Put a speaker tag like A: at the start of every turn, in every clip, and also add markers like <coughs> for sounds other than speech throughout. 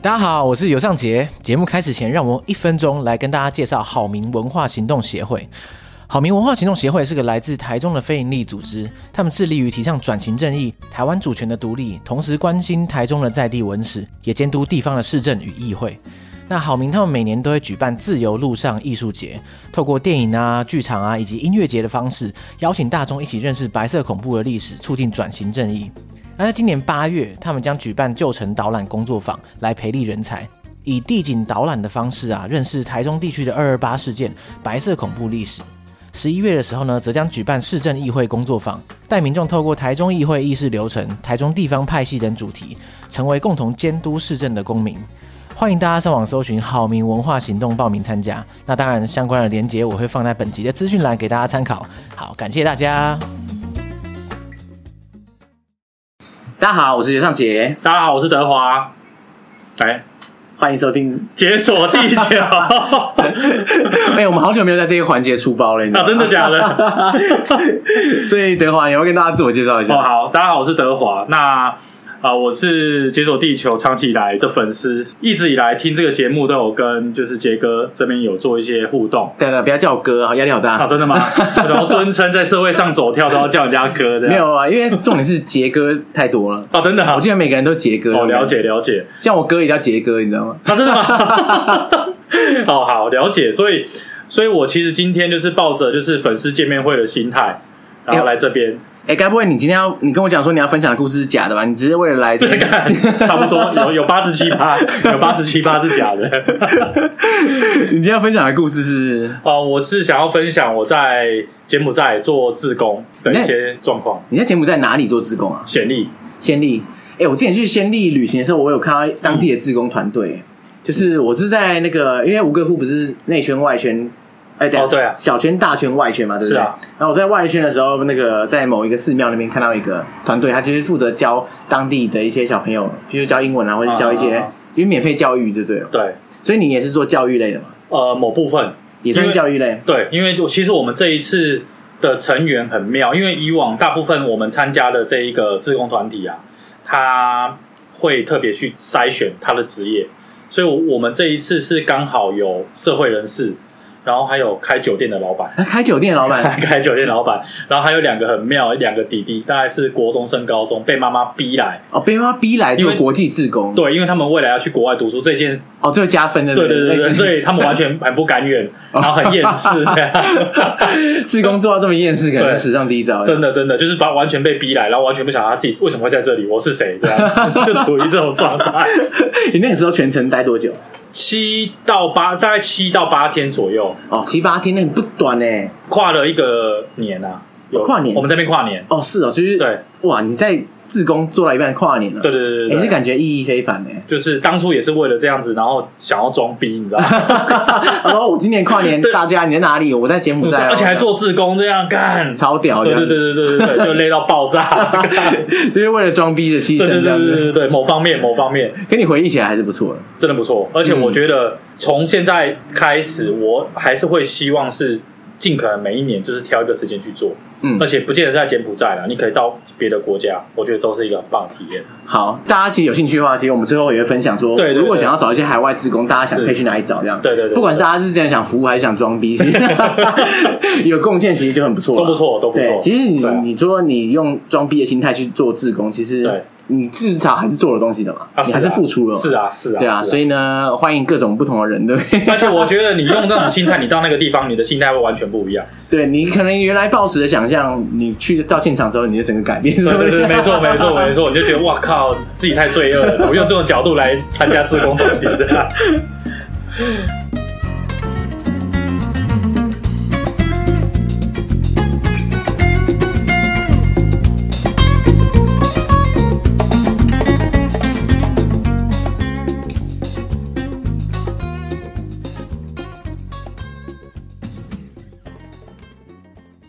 A: 大家好，我是尤尚杰。节目开始前，让我用一分钟来跟大家介绍好民文化行动协会。好民文化行动协会是个来自台中的非营利组织，他们致力于提倡转型正义、台湾主权的独立，同时关心台中的在地文史，也监督地方的市政与议会。那好明他们每年都会举办自由路上艺术节，透过电影啊、剧场啊以及音乐节的方式，邀请大众一起认识白色恐怖的历史，促进转型正义。那在今年八月，他们将举办旧城导览工作坊，来培力人才，以地景导览的方式啊，认识台中地区的二二八事件、白色恐怖历史。十一月的时候呢，则将举办市政议会工作坊，带民众透过台中议会议事流程、台中地方派系等主题，成为共同监督市政的公民。欢迎大家上网搜寻“好民文化行动”报名参加。那当然，相关的连结我会放在本集的资讯栏给大家参考。好，感谢大家。大家好，我是刘尚杰，
B: 大家好，我是德华。来，
A: 欢迎收
B: <laughs>
A: 听。
B: 解锁地球。 <laughs>
A: 哎、我们好久没有在这个环节出包了，你知道
B: 啊，
A: 吗？
B: 真
A: <laughs>
B: 的假的？
A: 所以德华，你要不要跟大家自我介绍一
B: 哦，
A: 下。
B: 好，大家好，我是德华。那啊、呃我是解锁地球长期以来的粉丝，一直以来听这个节目都有跟就是杰哥这边有做一些互动。
A: 对了，不要叫我哥，压力好
B: 啊，
A: 大。
B: 真的吗？
A: <laughs>
B: 我想要尊称在社会上走跳都要叫人家哥这样。
A: 没有啊，因为重点是杰哥太多
B: <laughs>
A: 了，
B: 啊，真的好
A: 我。记得每个人都杰哥。
B: 哦，了，解了解。
A: 像我哥也叫杰哥，你知道吗？
B: <laughs> 啊，真的吗？ <laughs> 哦，好，了解。所以，所以我其实今天就是抱着就是粉丝见面会的心态，然后来这边。 <laughs>
A: 哎、该不会你今天要你跟我讲说你要分享的故事是假的吧？你只是为了来这
B: 对， <laughs>
A: 个？
B: 看差不多有有八十七趴，有八十七趴是假的。 <laughs>
A: 你今天要分享的故事是？
B: 哦，我是想要分享我在柬埔寨做志工的一些状况。
A: 你在柬埔寨哪里做志工啊？
B: 潜力
A: 暹粒，哎、我之前去暹粒旅行的时候，我有看到当
B: 嗯
A: 地的志工团队、就是我是在那个，因为吴哥窟不是内圈外圈，哎、
B: 哦对啊
A: 小圈大圈外圈嘛，对不
B: 是
A: 对？
B: 啊
A: 然后我在外圈的时候，那个在某一个寺庙那边看到一个团队，他就是负责教当地的一些小朋友，比如教英文啊，或者教一些，
B: 啊啊啊
A: 因为免费教育，对不对了？
B: 对，
A: 所以你也是做教育类的嘛，
B: 呃，某部分
A: 也算
B: 因为
A: 教育类，
B: 对，因为我其实我们这一次的成员很妙，因为以往大部分我们参加的这一个志工团体啊，他会特别去筛选他的职业，所以我我们这一次是刚好有社会人士，然后还有开酒店的老板。 <laughs>
A: 啊开酒店的老板，
B: 开酒店老板，然后还有两个很妙，两个弟弟，大概是国中升高中，被妈妈逼来。
A: 哦，被妈妈逼来
B: 因
A: 做
B: 为
A: 国际志工，
B: 对，因为他们未来要去国外读书，这件
A: 哦，这个加分的，
B: 对对对
A: 类
B: 对，
A: 似
B: 所以他们完全很不
A: <laughs>
B: 甘愿，然后很厌世这样。
A: 志工做到这么厌世，可能
B: 对
A: 是史上第一招。
B: 真的真的就是把完全被逼来，然后完全不想他自己为什么会在这里，我是谁这样，就处于这种状
A: <laughs>
B: 态。
A: 你那个时候全程待多久？
B: 七到八，大概七到八天左右，
A: 哦，七八天，那很不短呢。
B: 跨了一个年啊，有
A: 跨年
B: 我们这边跨年，
A: 哦，是哦，就是
B: 对
A: 哇，你在志工做到一半跨年了，
B: 对对对
A: 哎，
B: 对
A: 这
B: 对。
A: 感觉意义非凡呢。 <laughs>
B: 就是当初也是为了这样子，然后想要装逼，你知道吗？
A: 然后哦我今年跨年，
B: 对
A: 大家你在哪里？我 <laughs> 在柬埔寨哦，
B: 而且还做志工这样干，
A: 超屌，
B: 对对对对对对对，就累到爆
A: <laughs>
B: 炸。
A: 这样， <laughs> 就是为了装逼的牺
B: 对
A: 牲
B: 对对
A: 这样
B: 对
A: 子。
B: 对对，某方面某方面
A: 跟你回忆起来还是不错的。
B: 真的不错，而且我觉
A: 嗯
B: 得从现在开始，我还是会希望是尽可能每一年就是挑一个时间去做，
A: 嗯
B: 而且不见得是在柬埔寨啦，你可以到别的国家，我觉得都是一个很棒的体验。
A: 好，大家其实有兴趣的话，其实我们最后也会分享说，
B: 对对对
A: 如果想要找一些海外志工，大家想
B: 是
A: 可以去哪里找这样。
B: 对对对对
A: 不管大家是真的想服务还是想装逼，其实有贡献其实就很不错了，
B: 都不错都不错
A: 对，其实你、
B: 对啊
A: 你说你用装逼的心态去做志工，其实
B: 对
A: 你至少还是做了东西的嘛，
B: 啊
A: 你还是
B: 啊
A: 付出了嘛，
B: 是啊是啊，
A: 对啊，
B: 是
A: 所以呢，欢迎各种不同的人，对不对？
B: 而且我觉得你用这种心态，你到那个地方，你的心态会完全不一样。
A: 对你可能原来抱持的想象，你去到现场之后，你就整个改变，
B: 对
A: <laughs> 对不
B: 对对，
A: 对？
B: 没错没错没错，你就觉得哇靠，自己太罪恶了，怎么用这种角度来参加自工团体这
A: <laughs>
B: 样？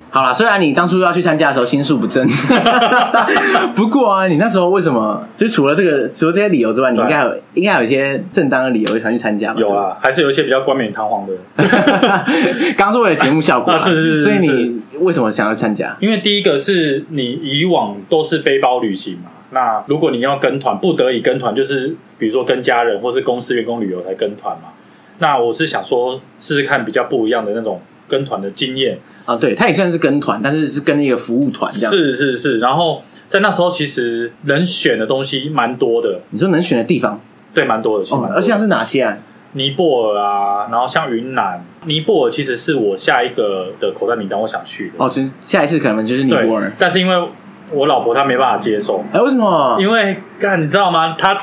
A: 好啦，虽然你当初要去参加的时候心术不
B: <laughs>
A: 正，不过啊，你那时候为什么就除了这个除了这些理由之外，你应该有应该有一些正当的理由想去参加吧？
B: 有啊，还是有一些比较冠冕堂皇的。
A: 对吧， <laughs> 刚是为了节目效果嘛，
B: 啊是是是
A: 所以
B: 是
A: 你为什么想要参加？
B: 因为第一个是你以往都是背包旅行嘛，那如果你要跟团，不得已跟团，就是比如说跟家人或是公司员工旅游来跟团嘛。那我是想说试试看比较不一样的那种跟团的经验。
A: 啊，对，他也算是跟团，但是是跟一个服务团这样。
B: 是是是，然后在那时候其实能选的东西蛮多的，
A: 你说能选的地方，
B: 对，蛮多的，其实
A: 哦
B: 蛮，多
A: 而
B: 的
A: 且是哪些啊？
B: 尼泊尔啊，然后像云南，尼泊尔其实是我下一个的口袋名单，我想去的。
A: 哦，其实下一次可能就是尼
B: 对，
A: 泊尔。
B: 但是因为我老婆她没办法接受，
A: 哎，为什么？
B: 因为干你知道吗？她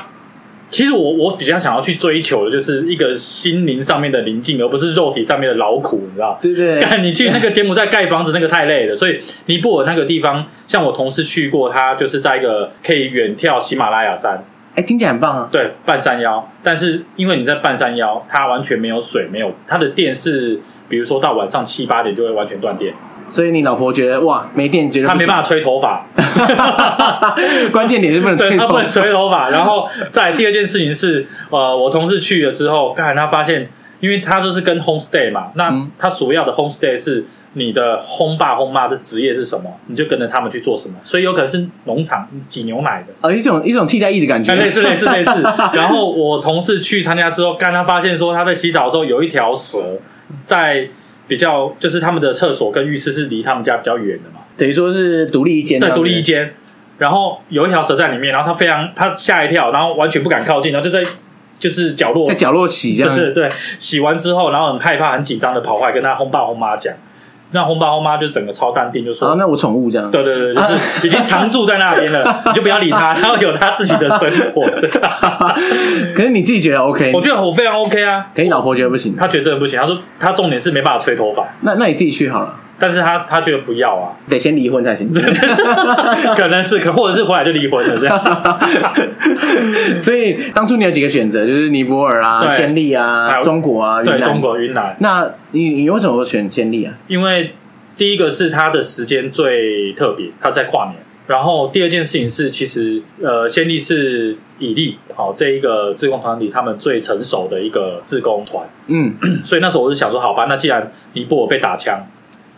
B: 其实我我比较想要去追求的就是一个心灵上面的宁静，而不是肉体上面的劳苦，你知道？
A: 对不对？
B: 干你去那个柬埔寨盖房子，那个太累了。所以尼泊尔那个地方，像我同事去过，他就是在一个可以远眺喜马拉雅山，
A: 哎，听起来很棒啊。
B: 对，半山腰，但是因为你在半山腰，它完全没有水，没有它的电是，比如说到晚上七八点就会完全断电，
A: 所以你老婆觉得哇，没电觉得
B: 它
A: 不
B: 没
A: 行
B: 办法吹头发，
A: <laughs> 关键点是不 <laughs> 能
B: <laughs> 对，
A: 吹
B: 它不
A: 风
B: 能吹头发。然后再来第二件事情是，呃，我同事去了之后，刚才他发现，因为他就是跟 homestay 嘛，那
A: 嗯
B: 他所要的 homestay 是。你的轰爸轰妈的职业是什么？你就跟着他们去做什么，所以有可能是农场挤牛奶的，
A: 啊，一种一种替代役的感觉
B: 啊，，类似类似类似。然后我同事去参加之后，看他发现说他在洗澡的时候有一条蛇在比较，就是他们的厕所跟浴室是离他们家比较远的嘛，
A: 等于说是独立一间，
B: 对，独立
A: 一
B: 一
A: 间。
B: 间。然后有一条蛇在里面，然后他非常他吓一跳，然后完全不敢靠近，然后就在就是角落
A: 在角落洗这
B: 对
A: 样。
B: 对对，洗完之后，然后很害怕、很紧张的跑回来跟他轰爸轰妈讲，那轰爸轰妈就整个超淡定，就说
A: 啊，那我宠物这样。
B: 对对对，
A: <laughs>
B: 就是已经常住在那边了，你就不要理他，他有他自己的生活。真的
A: <laughs> 可是你自己觉得 OK，
B: 我觉得我非常 OK 啊。
A: 可是你老婆觉得不行。
B: 他觉得真的不行，他说他重点是没办法吹头发，
A: 那那你自己去好了，
B: 但是他他觉得不要啊， <laughs>
A: 得先离婚才行。
B: 可能是可或者是回来就离婚了这
A: <laughs>
B: 样。 <laughs>
A: 所以当初你有几个选择，就是尼泊尔啊、
B: 对
A: 暹粒
B: 还
A: 啊、
B: 有
A: 中国啊、云
B: 对
A: 南
B: 中。国云南，
A: 那你你为什么选暹粒啊？
B: 因为第一个是它的时间最特别，它在跨年。然后第二件事情是，其实呃，先例是以利好、这一个自工团体他们最成熟的一个自工团， <clears throat>
A: 嗯，
B: 所以那时候我就想说，好吧，那既然尼泊尔被打枪，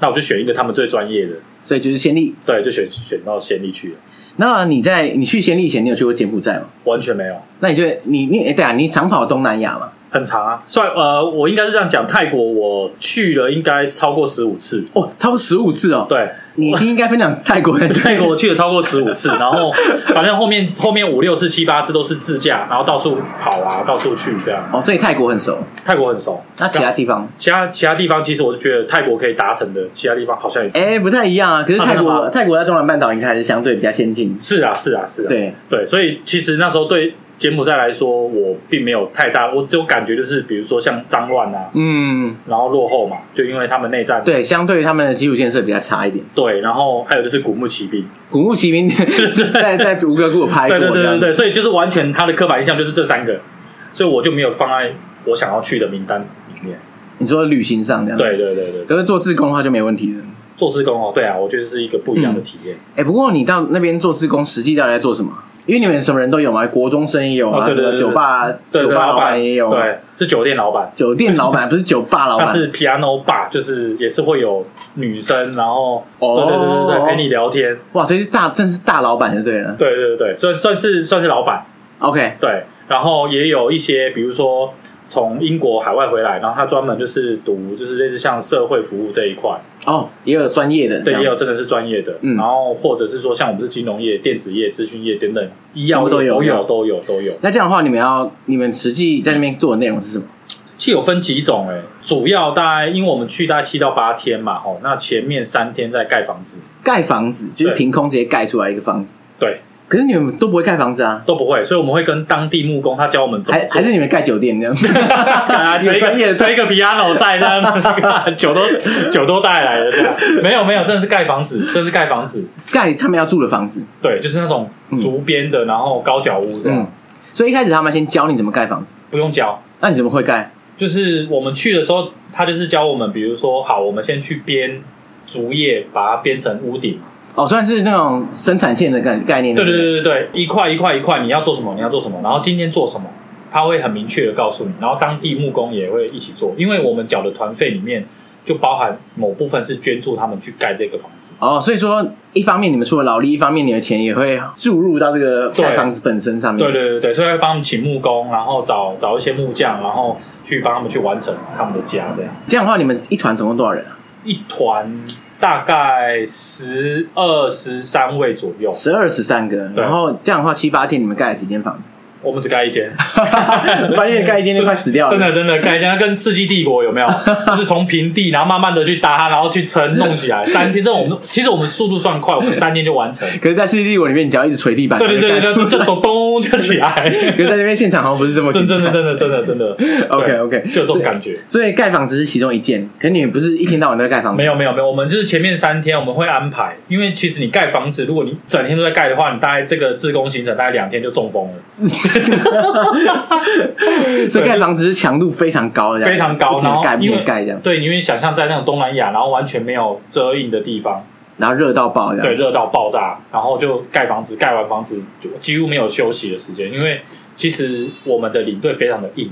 B: 那我就选一个他们最专业的，
A: 所以就是暹粒。
B: 对，就选选到先例去了，
A: 那你在你去暹粒以前，你有去过柬埔寨吗？
B: 完全没有。
A: 那你觉得你你哎对啊，你长跑东南亚嘛？
B: 很长啊，算呃，我应该是这样讲，泰国我去了应该超过十五次，
A: 哦，超过十五次哦。
B: 对，
A: 你应该分享泰国
B: <laughs>
A: 人
B: 泰国我去了超过十五次，然后反正后面后面五六次、七八次都是自驾，然后到处跑啊，到处去这样。
A: <laughs> 哦，所以泰国很熟。
B: 泰国很熟，
A: 那其他地方，
B: 其他其他地方其实我就觉得泰国可以达成的，其他地方好像也
A: <laughs> 哎、不太一样啊。可是
B: 啊
A: 泰国，
B: 真的吗
A: 泰国在中南半岛应该还是相对比较先进。
B: 是啊是啊是啊，
A: 对，
B: 对，所以其实那时候对柬埔寨来说，我并没有太大，我只有感觉就是比如说像脏乱啊，
A: 嗯，
B: 然后落后嘛，就因为他们内战
A: 对，相对于他们的基础建设比较差一点。
B: 对，然后还有就是古墓骑兵。
A: 古墓骑兵 <laughs> 在在吴哥窟有拍过，
B: 对对对
A: 这
B: 对
A: 样
B: 对，所以就是完全他的刻板印象就是这三个，所以我就没有放在我想要去的名单里面。
A: 你说旅行上这样，，
B: 对对对对，对
A: 可是做志工的话就没问题了。
B: 做志工哦，对啊，我觉得是一个不一样的体验。
A: 哎、不过你到那边做志工，实际到底在做什么？因为你们什么人都有嘛，国中生也有啊，
B: 哦对对
A: 什么
B: 对对
A: 酒吧
B: 对
A: 酒
B: 对，
A: 吧
B: 老
A: 老板也有啊，
B: 对，是酒店老板，
A: 酒店老啊板不是酒吧老
B: 他
A: <laughs> 板，
B: 是 piano bar，就是也是会有女生，然后对
A: 哦
B: 对对对对，陪你聊天，
A: 哇，所以是大真是大老板就对了。
B: 对对对对，算算是算是老板，
A: OK，
B: 对，然后也有一些，比如说从英国海外回来，然后他专门就是读就是类似像社会服务这一块。
A: 哦，也有专业的，
B: 对，
A: 这
B: 也
A: 样
B: 有真的是专业的，
A: 嗯
B: 然后或者是说像我们是金融业、电子业、资讯业等等，医药
A: 什么
B: 业
A: 都有
B: 都有都有都有。
A: 那这样的话，你们要你们实际在那边做的内容是什么？
B: 其实有分几种诶、欸主要大概因为我们去大概七到八天嘛，吼，那前面三天在盖房子，
A: 盖房子，就是
B: 对
A: 凭空直接盖出来一个房子。
B: 对，
A: 可是你们都不会盖房子啊，
B: 都不会，所以我们会跟当地木工他教我们怎么
A: 还
B: 做
A: 还。是你们盖酒店这样子？
B: <laughs> 啊，
A: 有
B: 这一
A: 专业
B: 个
A: 的
B: 这一个 piano 在这样子， <laughs> 酒都酒都带来了，这样没有没有，真的是盖房子，真的是盖房子，
A: 盖他们要住的房子。
B: 对，就是那种竹编的，然后高脚屋这样，
A: 嗯，所以一开始他们先教你怎么盖房子，
B: 不用教，
A: 那你怎么会盖？
B: 就是我们去的时候，他就是教我们，比如说，好，我们先去编竹叶，把它编成屋顶。
A: 哦，算是那种生产线的概概念。
B: 对
A: 不
B: 对对对对，一块一块一块，你要做什么，你要做什么，然后今天做什么，他会很明确的告诉你，然后当地木工也会一起做，因为我们缴的团费里面就包含某部分是捐助他们去盖这个房子。
A: 哦，所以说一方面你们出了劳力，一方面你的钱也会注入到这个
B: 对
A: 盖房子本身上面。
B: 对对对对，所以会帮他们请木工，然后找找一些木匠，然后去帮他们去完成他们的家这样。
A: 这样的话，你们一团总共多少人啊？
B: 一团大概十二十三位左右，
A: 十二十三个。
B: 对
A: 然后这样的话，七八天你们盖了几间房子？ <laughs>
B: 我们只盖一间，
A: 发现盖一间就快死掉了。
B: 真的真的盖一间，它跟《世纪帝国》
A: <laughs>
B: 有没有？就是从平地，然后慢慢的去搭，然后去撑，弄起来。三
A: <laughs>
B: 天，这我们其实我们速度算快，我们三天就完成。
A: 可是，在世纪帝国里面，你只要一直捶地板，
B: 对对
A: 就可
B: 对对，
A: 以
B: 对
A: 盖出
B: 就
A: 来
B: 咚咚就
A: <laughs>
B: 起来。
A: 可是在那边现场好像不是这么
B: 真真的
A: 简单
B: 真的真的真的
A: <laughs> OK
B: 对
A: OK，
B: 就有这种感觉。
A: 所以盖房子是其中一件，可你们不是一天到晚都在盖房子
B: 没，有没有没有，我们就是前面三天我们会安排，因为其实你盖房子，如果你整天都在盖的话，你大概这个自工行程大概两天就中风了。
A: 所以盖房子是强度非常高的，
B: 非常高，
A: 不停
B: 然
A: 地
B: 后
A: 盖不
B: 因
A: 停
B: 为
A: 地盖这样，
B: 对，你会想象在那种东南亚，然后完全没有遮荫的地方，
A: 然后热到爆这
B: 对，
A: 样。
B: 热到爆炸，然后就盖房子，盖完房子就几乎没有休息的时间，因为其实我们的领队非常的硬，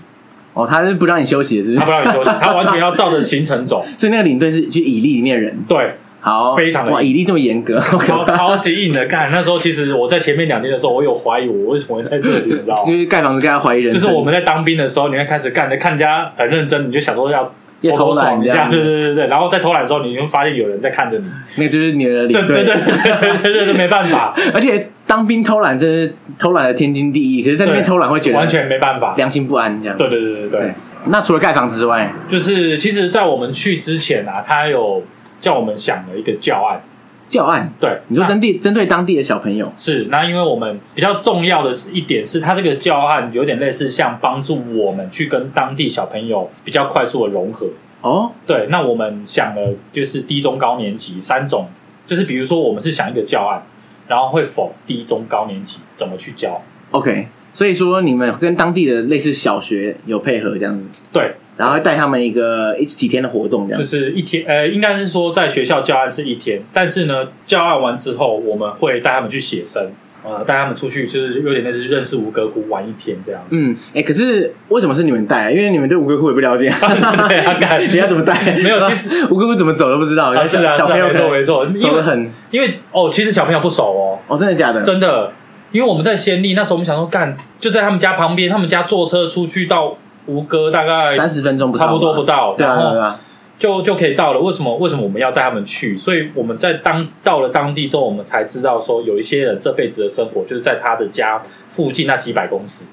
A: 哦，他是不让你休息，是不是
B: 他不？让你休息，他完全要照着行程走，
A: <laughs> 所以那个领队是去以利里面的人，
B: 对，
A: 好，
B: 非常的
A: 哇，以利这么严格， <laughs>
B: 超超级硬的干。那时候其实我在前面两天的时候，我有怀疑我为什么会在这里，你知道吗
A: 就？是盖房子盖到怀疑人
B: 就
A: 生，
B: 是我们在当兵的时候，你会开始干，你看人家很认真，你就想说要
A: 要
B: 偷偷
A: 偷懒
B: 爽一
A: 这
B: 下，
A: 样
B: 对对对对，然后在偷懒的时候，你会发现有人在看着你，
A: 那就是你的
B: 对
A: 领
B: 对
A: 队
B: 对，对对对，没办法，
A: 而且当兵偷懒真的是偷懒的天经地义，可是在那边
B: 对
A: 偷懒会 <laughs> 觉得
B: 完全没办法。
A: 良心不安这样。
B: 对对对对对
A: 对，，那除了盖房子之外，
B: 就是其实，在我们去之前啊，他有叫我们想了一个教案，
A: 教案，
B: 对，
A: 你说
B: 那
A: 针对针对当地的小朋友，
B: 是那因为我们比较重要的是一点是，他这个教案有点类似像帮助我们去跟当地小朋友比较快速的融合。
A: 哦，
B: 对，那我们想了就是低中高年级三种，就是比如说我们是想一个教案，然后会否低中高年级怎么去教？
A: OK，所以说你们跟当地的类似小学有配合这样子，
B: 对，
A: 然后带他们一个一几天的活动这样
B: 就
A: 子。
B: 是一天，呃，应该是说在学校教案是一天，但是呢，教案完之后，我们会带他们去写生，呃，带他们出去，就是有点类似认识吴哥窟玩一天这样子。 <laughs>
A: 嗯，哎、可是为什么是你们带、啊？因为你们对吴哥窟也不了解，
B: <laughs> 对
A: <laughs>
B: 啊干
A: 你要怎么带？
B: 没有其实
A: <laughs> 吴哥窟怎么走都不知道，
B: 啊，是啊，是
A: 小
B: 啊，
A: 朋友
B: 没
A: 可
B: 错，
A: 能
B: 没错，因
A: 走
B: 为
A: 的很，
B: 因为哦，其实小朋友不熟哦，
A: 哦，真的假的？
B: 真的，因为我们在仙力那时候，我们想说干就在他们家旁边，他们家坐车出去到吴哥大概
A: 三十分钟不到吧
B: 差不多不到
A: 对啊，
B: 然
A: 对
B: 后
A: 啊对啊，
B: 就就可以到了。为什么？为什么我们要带他们去？所以我们在当到了当地之后，我们才知道说，有一些人这辈子的生活就是在他的家附近那几百公尺。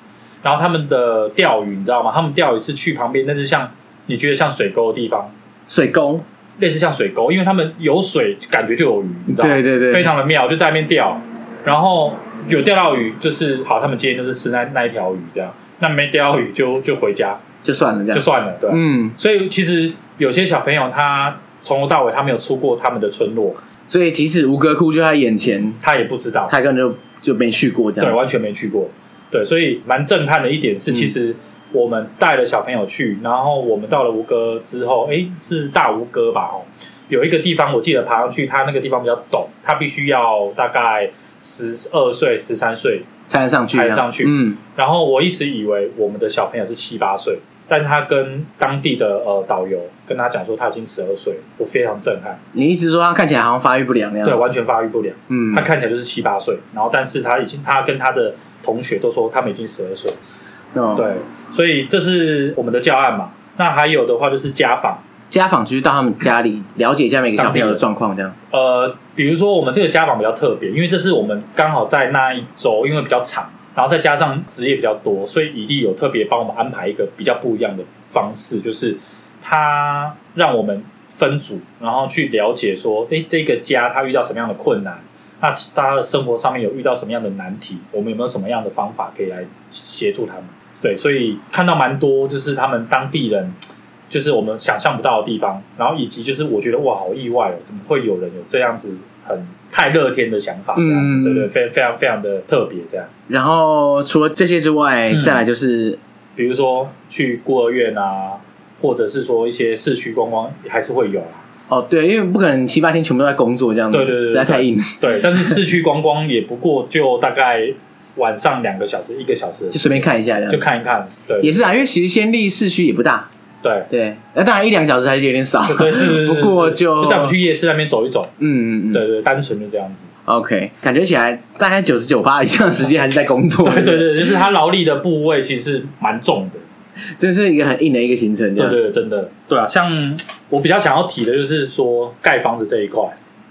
B: 然后他们的钓鱼，你知道吗？他们钓鱼是去旁边，那是像你觉得像水沟的地方，
A: 水沟，
B: 类似像水沟，因为他们有水，感觉就有鱼，你知道吗？
A: 对对对，
B: 非常的妙，就在那边钓，然后有钓到鱼，就是好，他们今天就是吃那那一条鱼这样。那没钓到鱼就就回家
A: 就算了这
B: 就
A: 样。
B: 算了，对。
A: 嗯，
B: 所以其实有些小朋友他从头到尾他没有出过他们的村落，
A: 所以即使吴哥窟就在眼前，
B: 他也不知道，
A: 他根本就就没去过这
B: 对，
A: 样。
B: 完全没去过，对，所以蛮震撼的一点是，
A: 嗯
B: 其实我们带了小朋友去，然后我们到了吴哥之后，诶，是大吴哥吧？哦，有一个地方我记得爬上去，它那个地方比较陡，它必须要大概十二岁、十三岁，
A: 才能上去这样，
B: 才能上去
A: 嗯，
B: 然后我一直以为我们的小朋友是七八岁，但是他跟当地的呃导游跟他讲说他已经十二岁，我非常震撼，
A: 你意思说他看起来好像发育不良那样？
B: 对，，完全发育不良。
A: 嗯
B: 他，看起来就是七八岁，然后但是他已经他跟他的同学都说他们已经十二岁，
A: 哦，
B: 对，所以这是我们的教案嘛。那还有的话就是家访，
A: 家访就是到他们家里了解一下每个小朋友的状况，这样。
B: 呃，比如说我们这个家访比较特别，因为这是我们刚好在那一周，因为比较长，然后再加上职业比较多，所以以利有特别帮我们安排一个比较不一样的方式，就是他让我们分组，然后去了解说，诶，这个家他遇到什么样的困难。那他的生活上面有遇到什么样的难题，我们有没有什么样的方法可以来协助他们？对，所以看到蛮多就是他们当地人，就是我们想象不到的地方，然后以及就是我觉得哇，好意外哦，怎么会有人有这样子很太乐天的想法？这样子，
A: 嗯
B: 对对，非非常非常的特别这样。
A: 然后除了这些之外，
B: 嗯
A: 再来就是
B: 比如说去孤儿院啊，或者是说一些市区观光还是会有啊，
A: 哦，对，因为不可能七八天全部都在工作这样子，
B: 对对对对
A: 实在太硬，
B: 对，但是市区观光也不过就大概晚上两个小时、一个小时的
A: 就
B: 时
A: 随便看一下这
B: 间，就
A: 样。
B: 看一看，对，
A: 也是啊，因为其实先立市区也不大，
B: 对，
A: 对，那当然一两小时还是有点少，
B: 对，是是是是
A: 不过就
B: 带我们去夜市那边走一走，
A: <laughs> 嗯嗯嗯
B: 对对，单纯就这样子。
A: ，OK，感觉起来大概九十九趴以上的时间还是在工作，
B: <laughs> 对对，对，就是他劳力的部位其实蛮重的。
A: 这是一个很硬的一个行程，这
B: 对
A: 样
B: 对对，真的，对啊，像我比较想要提的就是说盖房子这一
A: <laughs>
B: 块，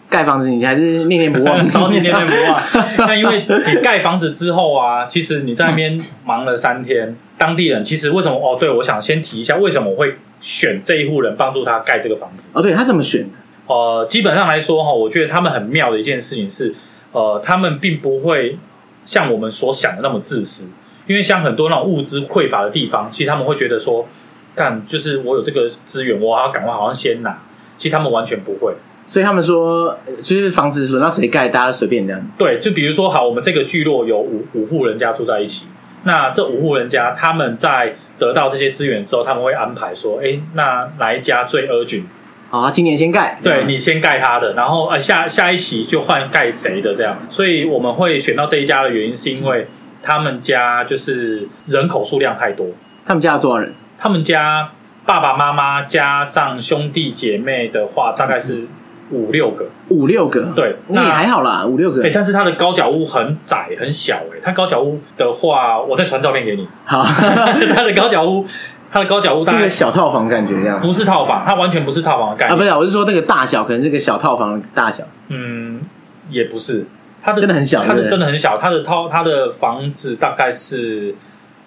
A: 盖房子你还是念念不
B: <laughs>
A: 忘，
B: 早点念念不
A: <laughs>
B: 忘。那因为你盖房子之后啊，其实你在那边忙了三天，当地人其实为什么？哦，对，我想先提一下为什么我会选这一户人帮助他盖这个房子。
A: 哦，对他怎么选？
B: 呃，基本上来说哈，我觉得他们很妙的一件事情是，呃，他们并不会像我们所想的那么自私，因为像很多那种物资匮乏的地方，其实他们会觉得说，干就是我有这个资源，我要赶快好像先拿。其实他们完全不会，
A: 所以他们说，呃就是房子轮到谁盖，大家随便这样。
B: 对，就比如说，好，我们这个聚落有五五户人家住在一起，那这五户人家他们在得到这些资源之后，他们会安排说，哎，那哪一家最 urgent？
A: 好，哦他今年先盖，
B: 对你先盖他的，然后呃下下一期就换盖谁的这样。所以我们会选到这一家的原因，是因为他们家就是人口数量太多，
A: 他们家有多少人？
B: 他们家爸爸妈妈加上兄弟姐妹的话，大概是五六个。
A: 五六个，
B: 对
A: 那嗯
B: 那
A: 也还好啦，五六个
B: 哎、，但是他的高脚屋很窄很小、欸，哎，他高脚屋的话，我再传照片
A: <laughs>
B: 给你。
A: 好，
B: <laughs> 他的高脚屋，他的高脚屋大
A: 这
B: 概
A: 个小套房感觉这样
B: 不是套房，它完全不是套房的概
A: 啊，
B: 念。
A: 不是啊，我是说那个大小，可能是个小套房的大小，
B: 嗯，也不是，它的
A: 真的很小
B: 它
A: 对不
B: 的
A: 对
B: 真的很小，它的套它的房子大概是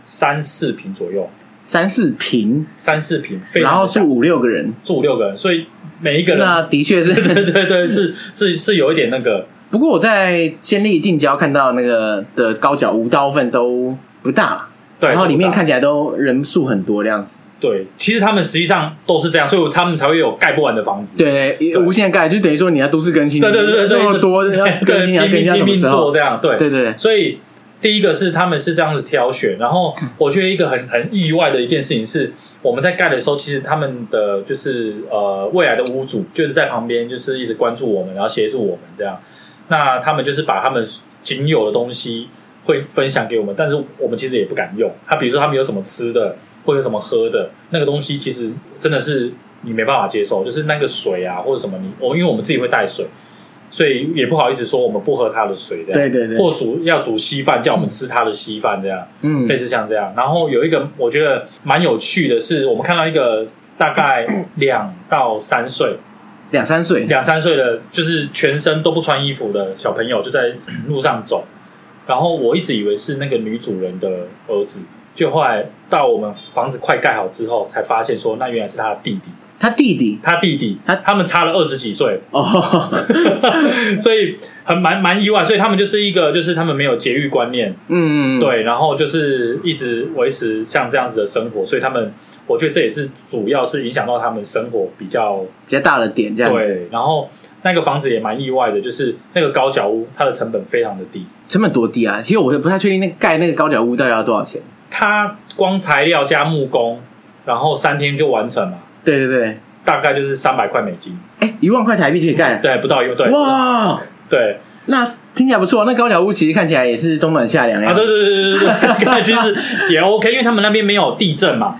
B: 三四平左右，
A: 三四平，
B: 三四平，非常
A: 然后
B: 的小
A: 住五六个人，
B: 住六个人，所以每一个人，
A: 那的确
B: <laughs> 对
A: 是。 <laughs>
B: 对对，是是是有一点那个，
A: 不过我在先立近郊看到那个的高脚屋，大部分都不大啦，
B: 对，
A: 然后里面
B: 不大
A: 看起来都人数很多这样子。
B: 对，其实他们实际上都是这样，所以他们才会有盖不完的房子，
A: 对，也无限盖，就等于说你要都市更新，
B: 对对对对对
A: 那么多要更
B: 对，
A: 新，要
B: 拼
A: 更新到
B: 命
A: 什么
B: 拼命
A: 时
B: 做
A: 候？
B: 这样，对
A: 对对，对
B: 所以第一个是他们是这样子挑选，然后我觉得一个很很意外的一件事情是，我们在盖的时候，其实他们的就是呃未来的屋主就是在旁边就是一直关注我们，然后协助我们这样。那他们就是把他们仅有的东西会分享给我们，但是我们其实也不敢用。他比如说他们有什么吃的或者有什么喝的那个东西，其实真的是你没办法接受，就是那个水啊或者什么你我因为我们自己会带水。所以也不好意思说我们不喝他的水，这样
A: 对对对
B: 或煮要煮稀饭，叫我们吃他的稀饭这样，
A: 嗯
B: 类似像这样。然后有一个我觉得蛮有趣的是，我们看到一个
A: <coughs>
B: 大概两到三岁、
A: 两三岁，
B: 两三岁的，就是全身都不穿衣服的小朋友，就在路上走。然后我一直以为是那个女主人的儿子，就后来到我们房子快盖好之后，才发现说那原来是他的弟弟，
A: 他弟弟
B: 他弟弟，
A: 他
B: 他们差了二十几岁， <laughs>
A: 哦，
B: 所以很蛮蛮意外，所以他们就是一个，就是他们没有节育观念，
A: 嗯，
B: 对，然后就是一直维持像这样子的生活，所以他们，我觉得这也是主要是影响到他们生活比较
A: 比较大的点这样子，
B: 对。然后那个房子也蛮意外的，就是那个高脚屋，它的成本非常的低，
A: 成本多低啊？其实我也不太确定那个盖那个高脚屋到底要多少钱。
B: 它光材料加木工，然后三天就完成了，
A: 对对对，
B: 大概就是三百块美金，
A: 哎，一万块台币就可以盖，
B: 对，不到一对，
A: 哇，
B: 对，
A: 那听起来不错。那高脚屋其实看起来也是冬暖夏凉呀
B: 啊，对对对对对
A: <laughs>
B: 对，其实也 OK，因为他们那边没有地震嘛，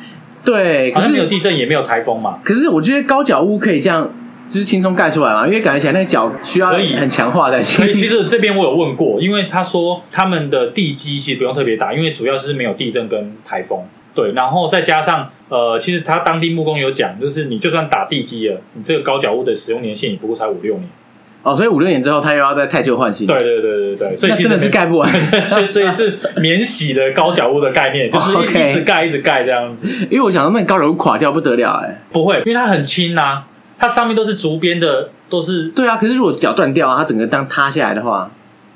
A: 对，
B: 好
A: 可
B: 像没有
A: 是
B: 地震也没有台风嘛，
A: 可是我觉得高脚屋可以这样。就是轻松盖出来嘛，因为感觉起来那个脚需要
B: 可以
A: 很强化才
B: 所以
A: 行。
B: 其实这边我有问过，因为他说他们的地基其实不用特别大，因为主要是没有地震跟台风。对，然后再加上呃，其实他当地木工有讲，就是你就算打地基了，你这个高脚屋的使用年限也不过才五六年。
A: <laughs> 哦，所以五六年之后他又要再太旧换新，
B: 对，对对对对，所以
A: 那
B: 其实
A: 真的是盖不完。
B: <laughs> 所以所以是免洗的高脚屋的概念，就是一
A: OK
B: 一直盖一直盖这样子，
A: 因为我想那高楼垮掉不得了哎、
B: 不会，因为它很轻啊，它上面都是竹编的，都是
A: 对啊，可是如果脚断掉啊，它整个当塌下来的话，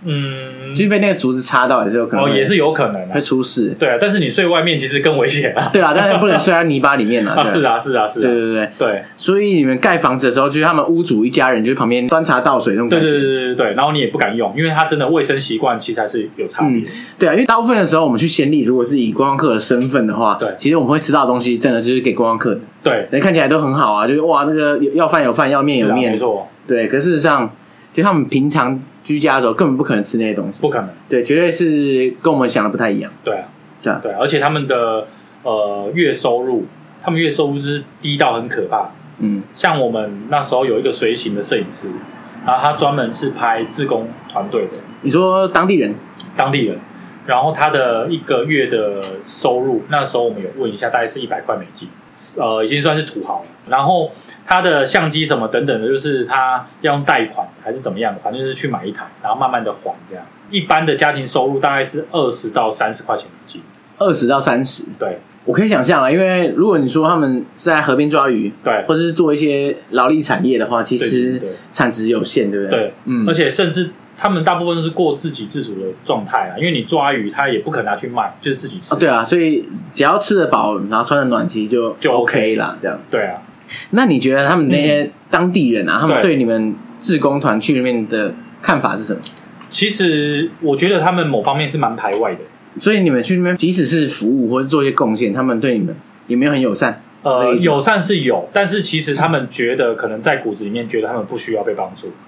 B: 嗯
A: 就是被那个竹子插到也是有可能
B: 哦
A: 会，
B: 也是有可能啊
A: 会，出事。
B: 对啊，但是你睡外面其实更危险啊，
A: 对啊，但是不能摔在泥巴里面
B: <laughs> 啊
A: 啊。
B: 是
A: 啊，
B: 啊是啊是
A: 对
B: 啊，
A: 对对。
B: 对。
A: 所以你们盖房子的时候，就是他们屋主一家人就旁边端茶倒水那种
B: 对
A: 感觉。
B: 对对对对对，然后你也不敢用，因为它真的卫生习惯其实还是有差别。
A: 嗯，对啊，因为大部分的时候，我们去先例，如果是以观光客的身份的话，
B: 对
A: 其实我们会吃到的东西，真的就是给观光客的，
B: 对，
A: 人看起来都很好啊，就是哇，那个有要饭有饭，要面
B: 是
A: 有
B: 啊，
A: 面，
B: 没错，
A: 对。可事实上，就他们平常居家的时候，根本不可能吃那些东西，
B: 不可能。
A: 对，绝对是跟我们想的不太一样。
B: 对啊，
A: 对啊
B: 对啊，而且他们的呃月收入他们月收入是低到很可怕。
A: 嗯
B: 像我们那时候有一个随行的摄影师，然后他专门是拍自工团队的
A: 你说当地人，
B: 当地人，然后他的一个月的收入，那时候我们有问一下，大概是一百块美金，呃，已经算是土豪了。然后他的相机什么等等的，就是他要用贷款还是怎么样的，反正就是去买一台，然后慢慢的还这样。一般的家庭收入大概是二十到三十块钱美金，
A: 二十到三十，
B: 对
A: 我可以想象啊，因为如果你说他们是在河边抓鱼，
B: 对
A: 或者是做一些劳力产业的话，其
B: 对对
A: 实
B: 对
A: 产值有限，对不对？
B: 对，
A: 嗯
B: 而且甚至他们大部分都是过自给自足的状态啊，因为你抓鱼，他也不肯拿去卖，就是自己吃。
A: 啊，对啊，所以只要吃得饱，然后穿得暖，其实就
B: 就
A: OK 啦。这样，
B: 对啊，
A: 那你觉得他们那些当地人啊，他们
B: 对
A: 对你们志工团去里面的看法是什么？
B: 其实我觉得他们某方面是蛮排外的，
A: 所以你们去那边，即使是服务或者做一些贡献，他们对你们也没有很友善。
B: 呃，
A: 类似
B: 友善是有，但是其实他们觉得可能在骨子里面觉得他们不需要被帮助
A: 嗯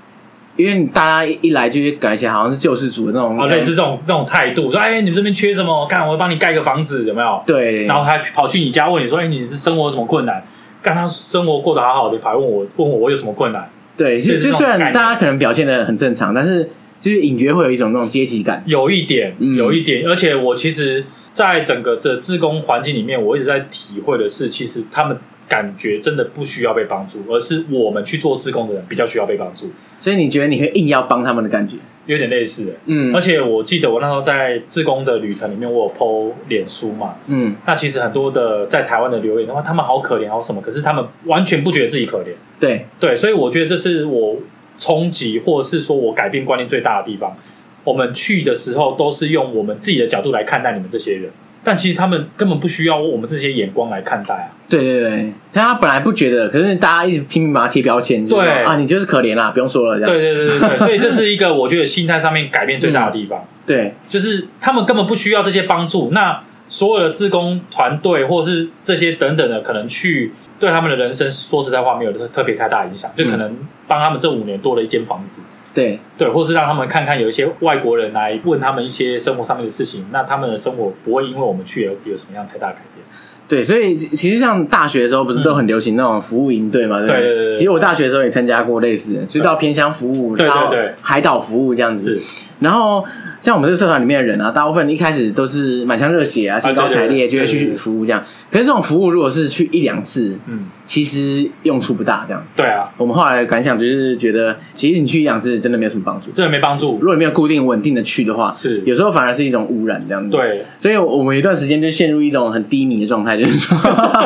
A: 因为大家一来就是感觉好像是救世主的那种
B: 啊，类似这种那种态度，说哎，你这边缺什么？看我帮你盖个房子，有没有？
A: 对，
B: 然后还跑去你家问你说，哎，你是生活有什么困难？干他生活过得好好的，跑来问我问我我有什么困难？
A: 对，就
B: 类似这
A: 就
B: 种
A: 虽然
B: 概念
A: 大家可能表现的很正常，但是就是隐约会有一种那种阶级感。
B: 有一点，
A: 嗯
B: 有一点，而且我其实，在整个这自工环境里面，我一直在体会的是，其实他们感觉真的不需要被帮助，而是我们去做自工的人比较需要被帮助，
A: 所以你觉得你会硬要帮他们的感觉？
B: 有点类似的。欸
A: 嗯
B: 而且我记得我那时候在自工的旅程里面，我有 PO 脸书嘛，
A: 嗯，
B: 那其实很多的在台湾的留言的话，他们好可怜，好什么，可是他们完全不觉得自己可怜。
A: 对，
B: 对，所以我觉得这是我冲击，或者是说我改变观念最大的地方。我们去的时候都是用我们自己的角度来看待你们这些人，但其实他们根本不需要我们这些眼光来看待啊。
A: 对对对，但他本来不觉得，可是大家一直拼命把他贴标签，就是
B: 对
A: 说啊，你就是可怜啦，不用说了，这
B: 对
A: 样
B: 对对对对，所以这是一个我觉得心态上面改变最大的地方，
A: 对
B: 就是他们根本不需要这些帮助。那所有的志工团队或是这些等等的，可能去对他们的人生，说实在话没有特特别太大影响，就可能帮他们这五年多了一间房子。
A: 对
B: 对，或是让他们看看有一些外国人来问他们一些生活上面的事情，那他们的生活不会因为我们去而有什么样太大的改变。
A: 对，所以其其实像大学的时候不是都很流行那种服务营队嘛？对不
B: 对对对对对
A: 其实我大学的时候也参加过类似的，就到偏乡服务，
B: 对对
A: 然后
B: 对
A: 海岛服务这样子。
B: 是，
A: 然后像我们这个社团里面的人啊，大部分一开始都是满腔热血啊，兴高采烈，
B: 啊对对对
A: 就会
B: 对对
A: 去
B: 对
A: 服务这样。可是这种服务如果是去一两次，
B: 嗯，
A: 其实用处不大。这样，
B: 对啊，
A: 我们后来的感想就是觉得，其实你去一两次真的没有什么帮助。
B: 真的没帮
A: 如
B: 助。
A: 果你没有固定稳定的去的话，
B: 是
A: 有时候反而是一种污染这样子。，
B: 对，
A: 所以我们有一段时间就陷入一种很低迷的状态，就是
B: <laughs>
A: 说， <laughs>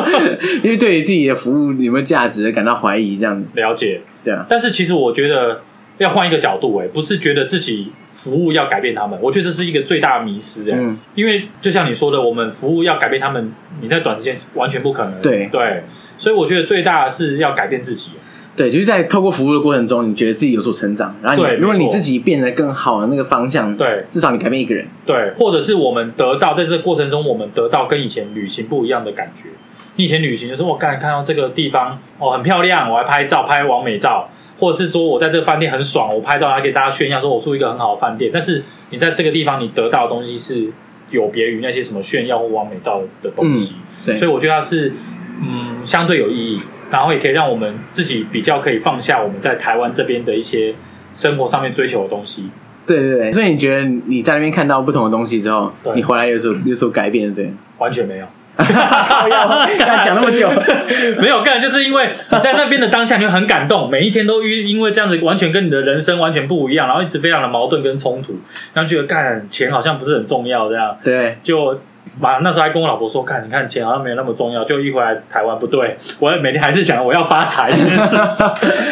A: 因为对于自己的服务有没有价值感到怀疑这样子。
B: 了解。
A: 对啊，
B: 但是其实我觉得要换一个角度、欸，哎，不是觉得自己服务要改变他们，我觉得这是一个最大的迷失、欸，哎、
A: 嗯
B: 因为就像你说的，我们服务要改变他们，你在短时间是完全不可能的。
A: 对
B: 对，所以我觉得最大的是要改变自己。欸
A: 对，就是在透过服务的过程中，你觉得自己有所成长，然后
B: 对
A: 你如果
B: 没
A: 你
B: 错
A: 自己变得更好的那个方向，
B: 对
A: 至少你改变一个人。
B: 对，或者是我们得到在这个过程中，我们得到跟以前旅行不一样的感觉。你以前旅行就是我刚才看到这个地方哦很漂亮，我还拍照拍完美照，或者是说我在这个饭店很爽，我拍照还给大家炫耀说我住一个很好的饭店。但是你在这个地方你得到的东西是有别于那些什么炫耀或完美照的东西，
A: 对
B: 所以我觉得它是嗯相对有意义，然后也可以让我们自己比较可以放下我们在台湾这边的一些生活上面追求的东西。
A: 对对对，所以你觉得你在那边看到不同的东西之后
B: 对，
A: 你回来有所有所改变，
B: <laughs>
A: 对？ <laughs>
B: 完全没有。
A: 靠腰，刚才讲那么久，
B: <laughs> 没有干，就是因为你在那边的当下，你会很感动，每一天都因因为这样子，完全跟你的人生完全不一样，然后一直非常的矛盾跟冲突，然后觉得干钱好像不是很重要，这样
A: 对
B: 就把那时候还跟我老婆说，看你看钱好像没有那么重要，就一回来台湾不对，我每天还是想我要发财这件事，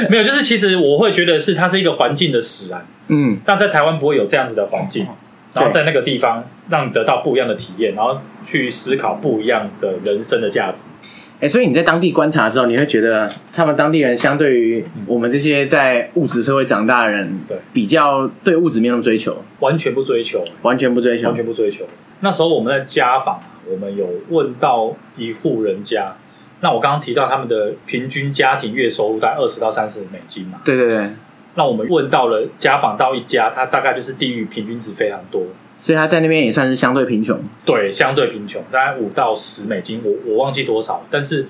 B: 没有，就是其实我会觉得是它是一个环境的使然，
A: 嗯，
B: 但在台湾不会有这样子的环境。然后在那个地方，让你得到不一样的体验，然后去思考不一样的人生的价值。
A: 哎，所以你在当地观察的时候，你会觉得他们当地人相对于我们这些在物质社会长大的人，
B: 嗯对
A: 比较对物质没那么追求，
B: 完全不追求，
A: 完全不追求
B: 完，全不追求。那时候我们在家访啊，我们有问到一户人家，那我刚刚提到他们的平均家庭月收入大概二十到三十美金嘛，
A: 对对对，
B: 那我们问到了家访到一家，他大概就是低于平均值非常多，
A: 所以他在那边也算是相对贫穷。
B: 对，相对贫穷，大概五到十美金，我我忘记多少。但是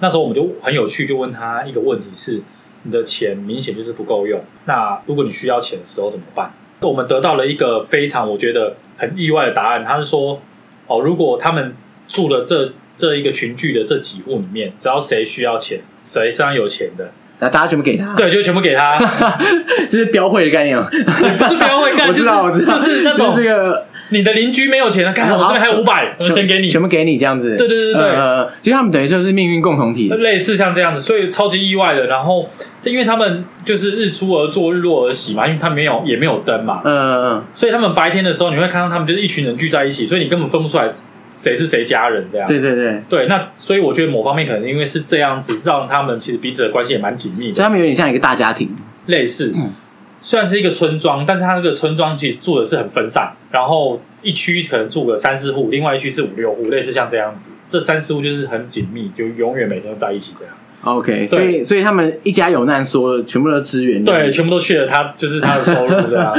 B: 那时候我们就很有趣，就问他一个问题是：你的钱明显就是不够用，那如果你需要钱的时候怎么办？我们得到了一个非常我觉得很意外的答案，他是说：哦，如果他们住了这这一个群聚的这几户里面，只要谁需要钱，谁身上有钱的，
A: 那大家全部给他，，
B: 对，就全部给他。
A: <laughs> 这是标会的概念哦。
B: 不是不要会干，
A: <laughs> 我知道，我
B: 就是
A: 知道，
B: 就是那种
A: 这个
B: 你的邻居没有钱了，干
A: 嗯
B: 我这
A: 好
B: 边还有五百，我先给你，
A: 全部给你这样子。
B: 对对对对对
A: 呃，其实他们等于就是命运共同体。
B: 类似像这样子，所以超级意外的。然后，因为他们就是日出而作，日落而息嘛，因为他没有也没有灯嘛，
A: 呃，
B: 所以他们白天的时候你会看到他们就是一群人聚在一起，所以你根本分不出来谁是谁家人这样。
A: 对对对，
B: 对，那所以我觉得某方面可能因为是这样子，让他们其实彼此的关系也蛮紧
A: 所以
B: 密的，
A: 他们有点像一个大家庭。
B: 类似。
A: 嗯
B: 虽然是一个村庄，但是它那个村庄其实住的是很分散，然后一区可能住个三四户，另外一区是五六户，类似像这样子。这三四户就是很紧密，就永远每天都在一起这样。
A: OK，所以所以他们一家有难说，全部都支援。
B: 对，，全部都去了他，就是他的收入这样，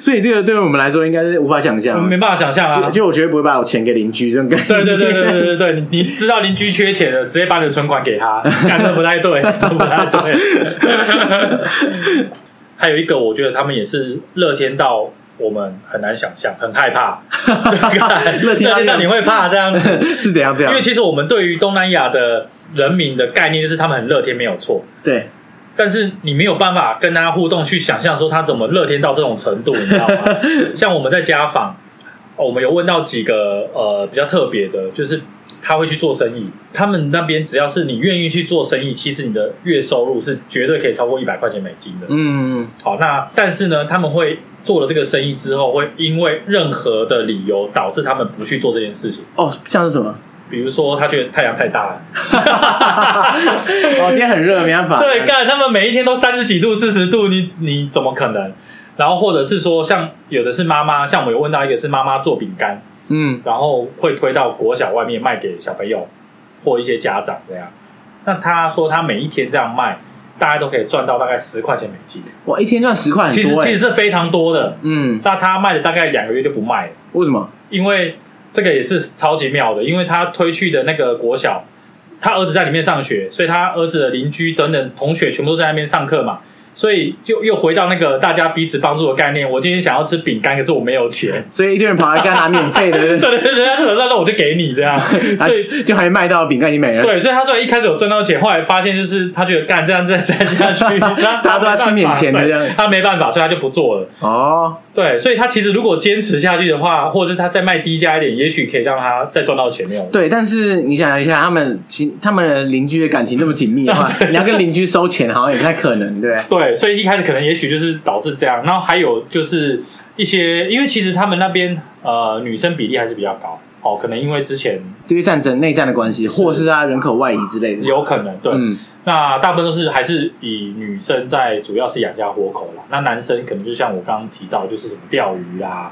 A: 所以这个对于我们来说应该是无法想
B: <laughs> 我
A: 象
B: 们
A: 的。
B: 没办法想象
A: 就
B: 啊。
A: 就我绝对不会把我钱给邻居这种感觉。
B: 对
A: <laughs>
B: 对对对对对 <laughs> 对，你你知道邻居缺钱了，直接把你的存款给他，干这不太 <laughs> 对，这
A: <laughs>
B: 不太对。还有一个，我觉得他们也是乐天到我们很难想象，很害 <laughs> 怕。
A: 乐天到
B: 到你 <laughs> 会怕这样子，
A: 是怎样这
B: 因
A: 样
B: 为？其实我们对于啊东南亚的人民的概念就是他们很乐天，没有错。
A: 对，
B: 但是你没有办法跟他互动，去想象说他怎么乐天到这种程度，你知道
A: <laughs>
B: 吗？像我们在家访，哦我们有问到几个呃比较特别的，就是他会去做生意，他们那边只要是你愿意去做生意，其实你的月收入是绝对可以超过一百块钱美金的。
A: 嗯，
B: 好，那但是呢，他们会做了这个生意之后，会因为任何的理由导致他们不去做这件事情，
A: 哦，像是什么？
B: 比如说他觉得太阳太大了。
A: <laughs>
B: <laughs>
A: 哦，今天很热，没办法。
B: 对，干他们每一天都三十几度、四十度，你你怎么可能？然后或者是说，像有的是妈妈，像我有问到一个是妈妈做饼干，
A: 嗯，
B: 然后会推到国小外面卖给小朋友或一些家长这样。那他说他每一天这样卖，大家都可以赚到大概十块钱美金，
A: 哇，一天赚十块
B: 其
A: 很
B: 实
A: 多
B: 其
A: 哎
B: 实。是非常多的。
A: 嗯，
B: 那他卖了大概两个月就不卖了，
A: 为什么？，
B: 因为这个也是超级妙的，因为他推去的那个国小，他儿子在里面上学，所以他儿子的邻居等等同学全部都在那边上课嘛，所以就又回到那个大家彼此帮助的概念。我今天想要吃饼干，可是我没有钱
A: <laughs> 所以一堆人跑来干拿免费
B: 对
A: 的，
B: 对对，他说那那我就给你
A: <laughs>
B: 这样，所以。
A: 啊 <laughs> 就还卖到饼干已经没了。
B: 对，所以他虽然一开始有赚到钱，后来发现就是他觉得干这样再再
A: <laughs>
B: 下去，
A: 大家都在吃免钱的
B: 对
A: 这样
B: 他没办法，所以他就不做了。
A: 哦，
B: 对，所以他其实如果坚持下去的话，或者是他再卖低价一点，也许可以让他再赚到钱那种。
A: 对，但是你想一下，他们亲他们的邻居的感情那么紧密的
B: <laughs>
A: 话，你要跟邻居收钱，好像也不太可能，对不对？
B: 啊对，所以一开始可能也许就是导致这样，然后还有就是一些，因为其实他们那边呃女生比例还是比较高，哦，可能因为之前
A: 对于战争、内战的关系，
B: 是啊
A: 或是他人口外移之类的，
B: 有可能对，
A: 嗯，
B: 那大部分都是还是以女生在主要是养家活口啦，那男生可能就像我刚刚提到，就是什么钓鱼啦。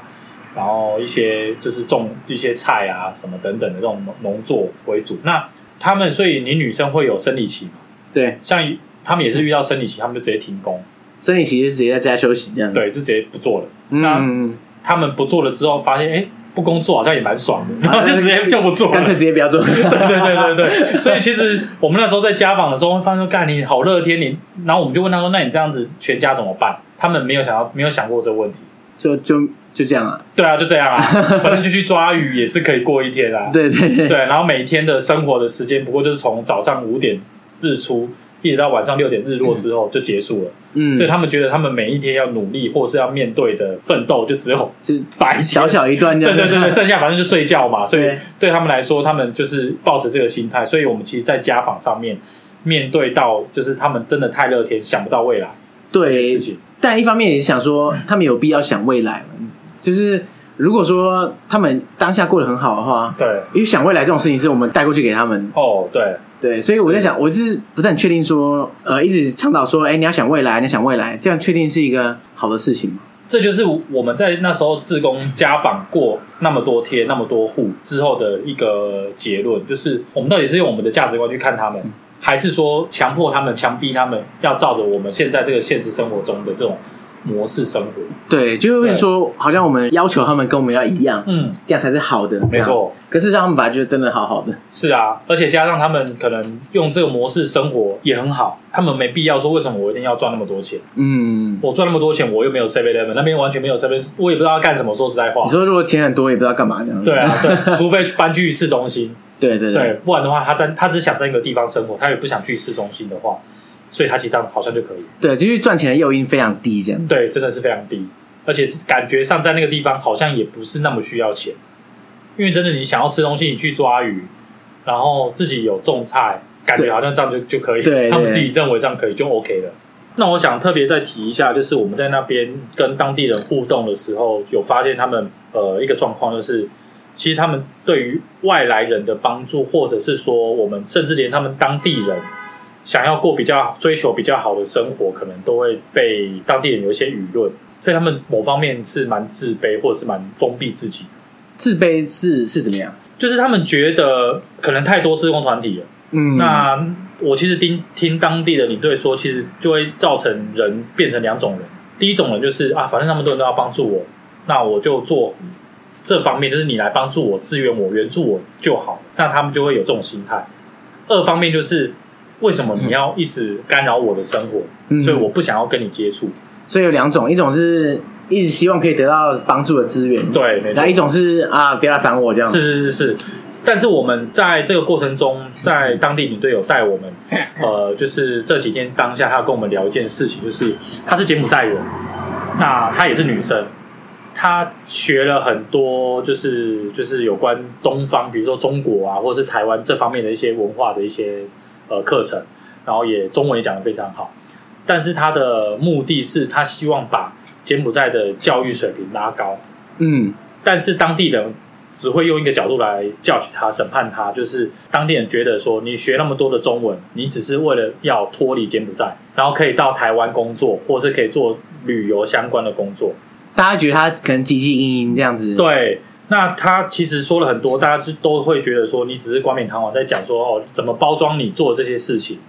B: 然后一些就是种一些菜啊什么等等的这种农农作为主。那他们所以你女生会有生理期嘛？
A: 对，
B: 像他们也是遇到生理期，他们就直接停工，
A: 生理期是直接在家休息这样，，
B: 对，就啊直接不做了。
A: 嗯，
B: 他们不做了之后，发现哎、诶不工作好像也蛮爽的，
A: 啊嗯
B: 然后 <laughs> 就直接就不做
A: 干脆
B: 了。
A: 直接不要做，
B: <laughs> 对对对对对，所以其实我们那时候在家访的时候，会发现说，干你好乐天你，然后我们就问他说，那你这样子全家怎么办？他们没有想到，没有想过这个问题。
A: <laughs> 就就就这样啊，
B: 对啊，就这样
A: <laughs>
B: 啊，反正就去抓鱼也是可以过一天啊。
A: 对对对，
B: 对，然后每天的生活的时间，不过就是从早上五点日出，一直到晚上六点日落之后就结束了。
A: 嗯
B: 所，以他们觉得他们每一天要努力或是要面对的奋斗，就只有
A: 就
B: 白天
A: 小小一段这
B: 对
A: 样，
B: 对对 <laughs> 对，剩下反正就睡觉嘛，所以
A: 对
B: 对他们来说，他们就是抱着这个心态，所以我们其实，在家访上面面对到，就是他们真的太乐天，想不到未来这件
A: 对
B: 事，情。
A: 但一方面也想说，他们有必要想未来嘛，就是如果说他们当下过得很好的话，
B: 对，
A: 因为想未来这种事情是我们带过去给他们，
B: 哦，对，
A: 对，所以我在想，我是不是很确定说，呃，一直倡导说，哎、你要想未来，你要想未来，这样确定是一个好的事情吗？
B: 这就是我们在那时候志工家访过那么多天、那么多户之后的一个结论，就是我们到底是用我们的价值观去看他们，还是说强迫他们、强逼他们要照着我们现在这个现实生活中的这种模式生活。
A: 对，就会说好像我们要求他们跟我们要一样，
B: 嗯，
A: 这样才是好的，
B: 没错，
A: 这样。可是让他们本来就真的好好的，
B: 是啊，而且加上他们可能用这个模式生活也很好，他们没必要说为什么我一定要赚那么多钱，
A: 嗯。
B: 我赚那么多钱我又没有 Seven Eleven 那边完全没有 Seven，我也不知道要干什么。说实在话
A: 你，说如果钱很多也不知道干嘛这样，<laughs>
B: 对啊，对，除非搬去市中心，
A: 对 <laughs> 对
B: 对，不然的话，他在他只想在一个地方生活，他也不想去市中心的话，所以他其实这样好像就可以。
A: 对，就是赚钱的诱因非常低，这样。
B: 对，真的是非常低，而且感觉上在那个地方好像也不是那么需要钱，因为真的你想要吃东西，你去抓鱼，然后自己有种菜，感觉
A: 对
B: 好像这样就就可以，
A: 对
B: 他们
A: 对
B: 自己认为这样可以就 OK 了。那我想特别再提一下，就是我们在那边跟当地人互动的时候，有发现他们呃一个状况就是。其实他们对于外来人的帮助，或者是说我们甚至连他们当地人想要过比较追求比较好的生活，可能都会被当地人有一些舆论，所以他们某方面是蛮自卑，或者是蛮封闭自己。
A: 自卑是是怎么样？
B: 就是他们觉得可能太多自工团体了。
A: 嗯，
B: 那我其实听听当地的领队说，其实就会造成人变成两种人。第一种人就是啊，反正那么多人都要帮助我，那我就做这方面，就是你来帮助我、支援我、援助我就好。那他们就会有这种心态。二方面就是为什么你要一直干扰我的生活？
A: 嗯
B: 所以我不想要跟你接触。
A: 所以有两种，一种是一直希望可以得到帮助的资源，
B: 对，没错
A: 然后。一种是啊，不要来烦我这样，
B: 是是是是，但是我们在这个过程中，在当地领队有带我们，呃，就是这几天当下，他跟我们聊一件事情，就是她是柬埔寨人，那她也是女生，她学了很多，就是就是有关东方，比如说中国啊，或者是台湾这方面的一些文化的一些呃课程，然后也中文也讲得非常好，但是她的目的是她希望把柬埔寨的教育水平拉高，
A: 嗯，
B: 但是当地人只会用一个角度来 judge 他、审判他，就是当地人觉得说，你学那么多的中文，你只是为了要脱离柬埔寨，然后可以到台湾工作，或是可以做旅游相关的工作。
A: 大家觉得他可能积极营营这样子，
B: 对，那他其实说了很多，大家就都会觉得说，你只是冠冕堂皇在讲说哦，怎么包装你做的这些事情。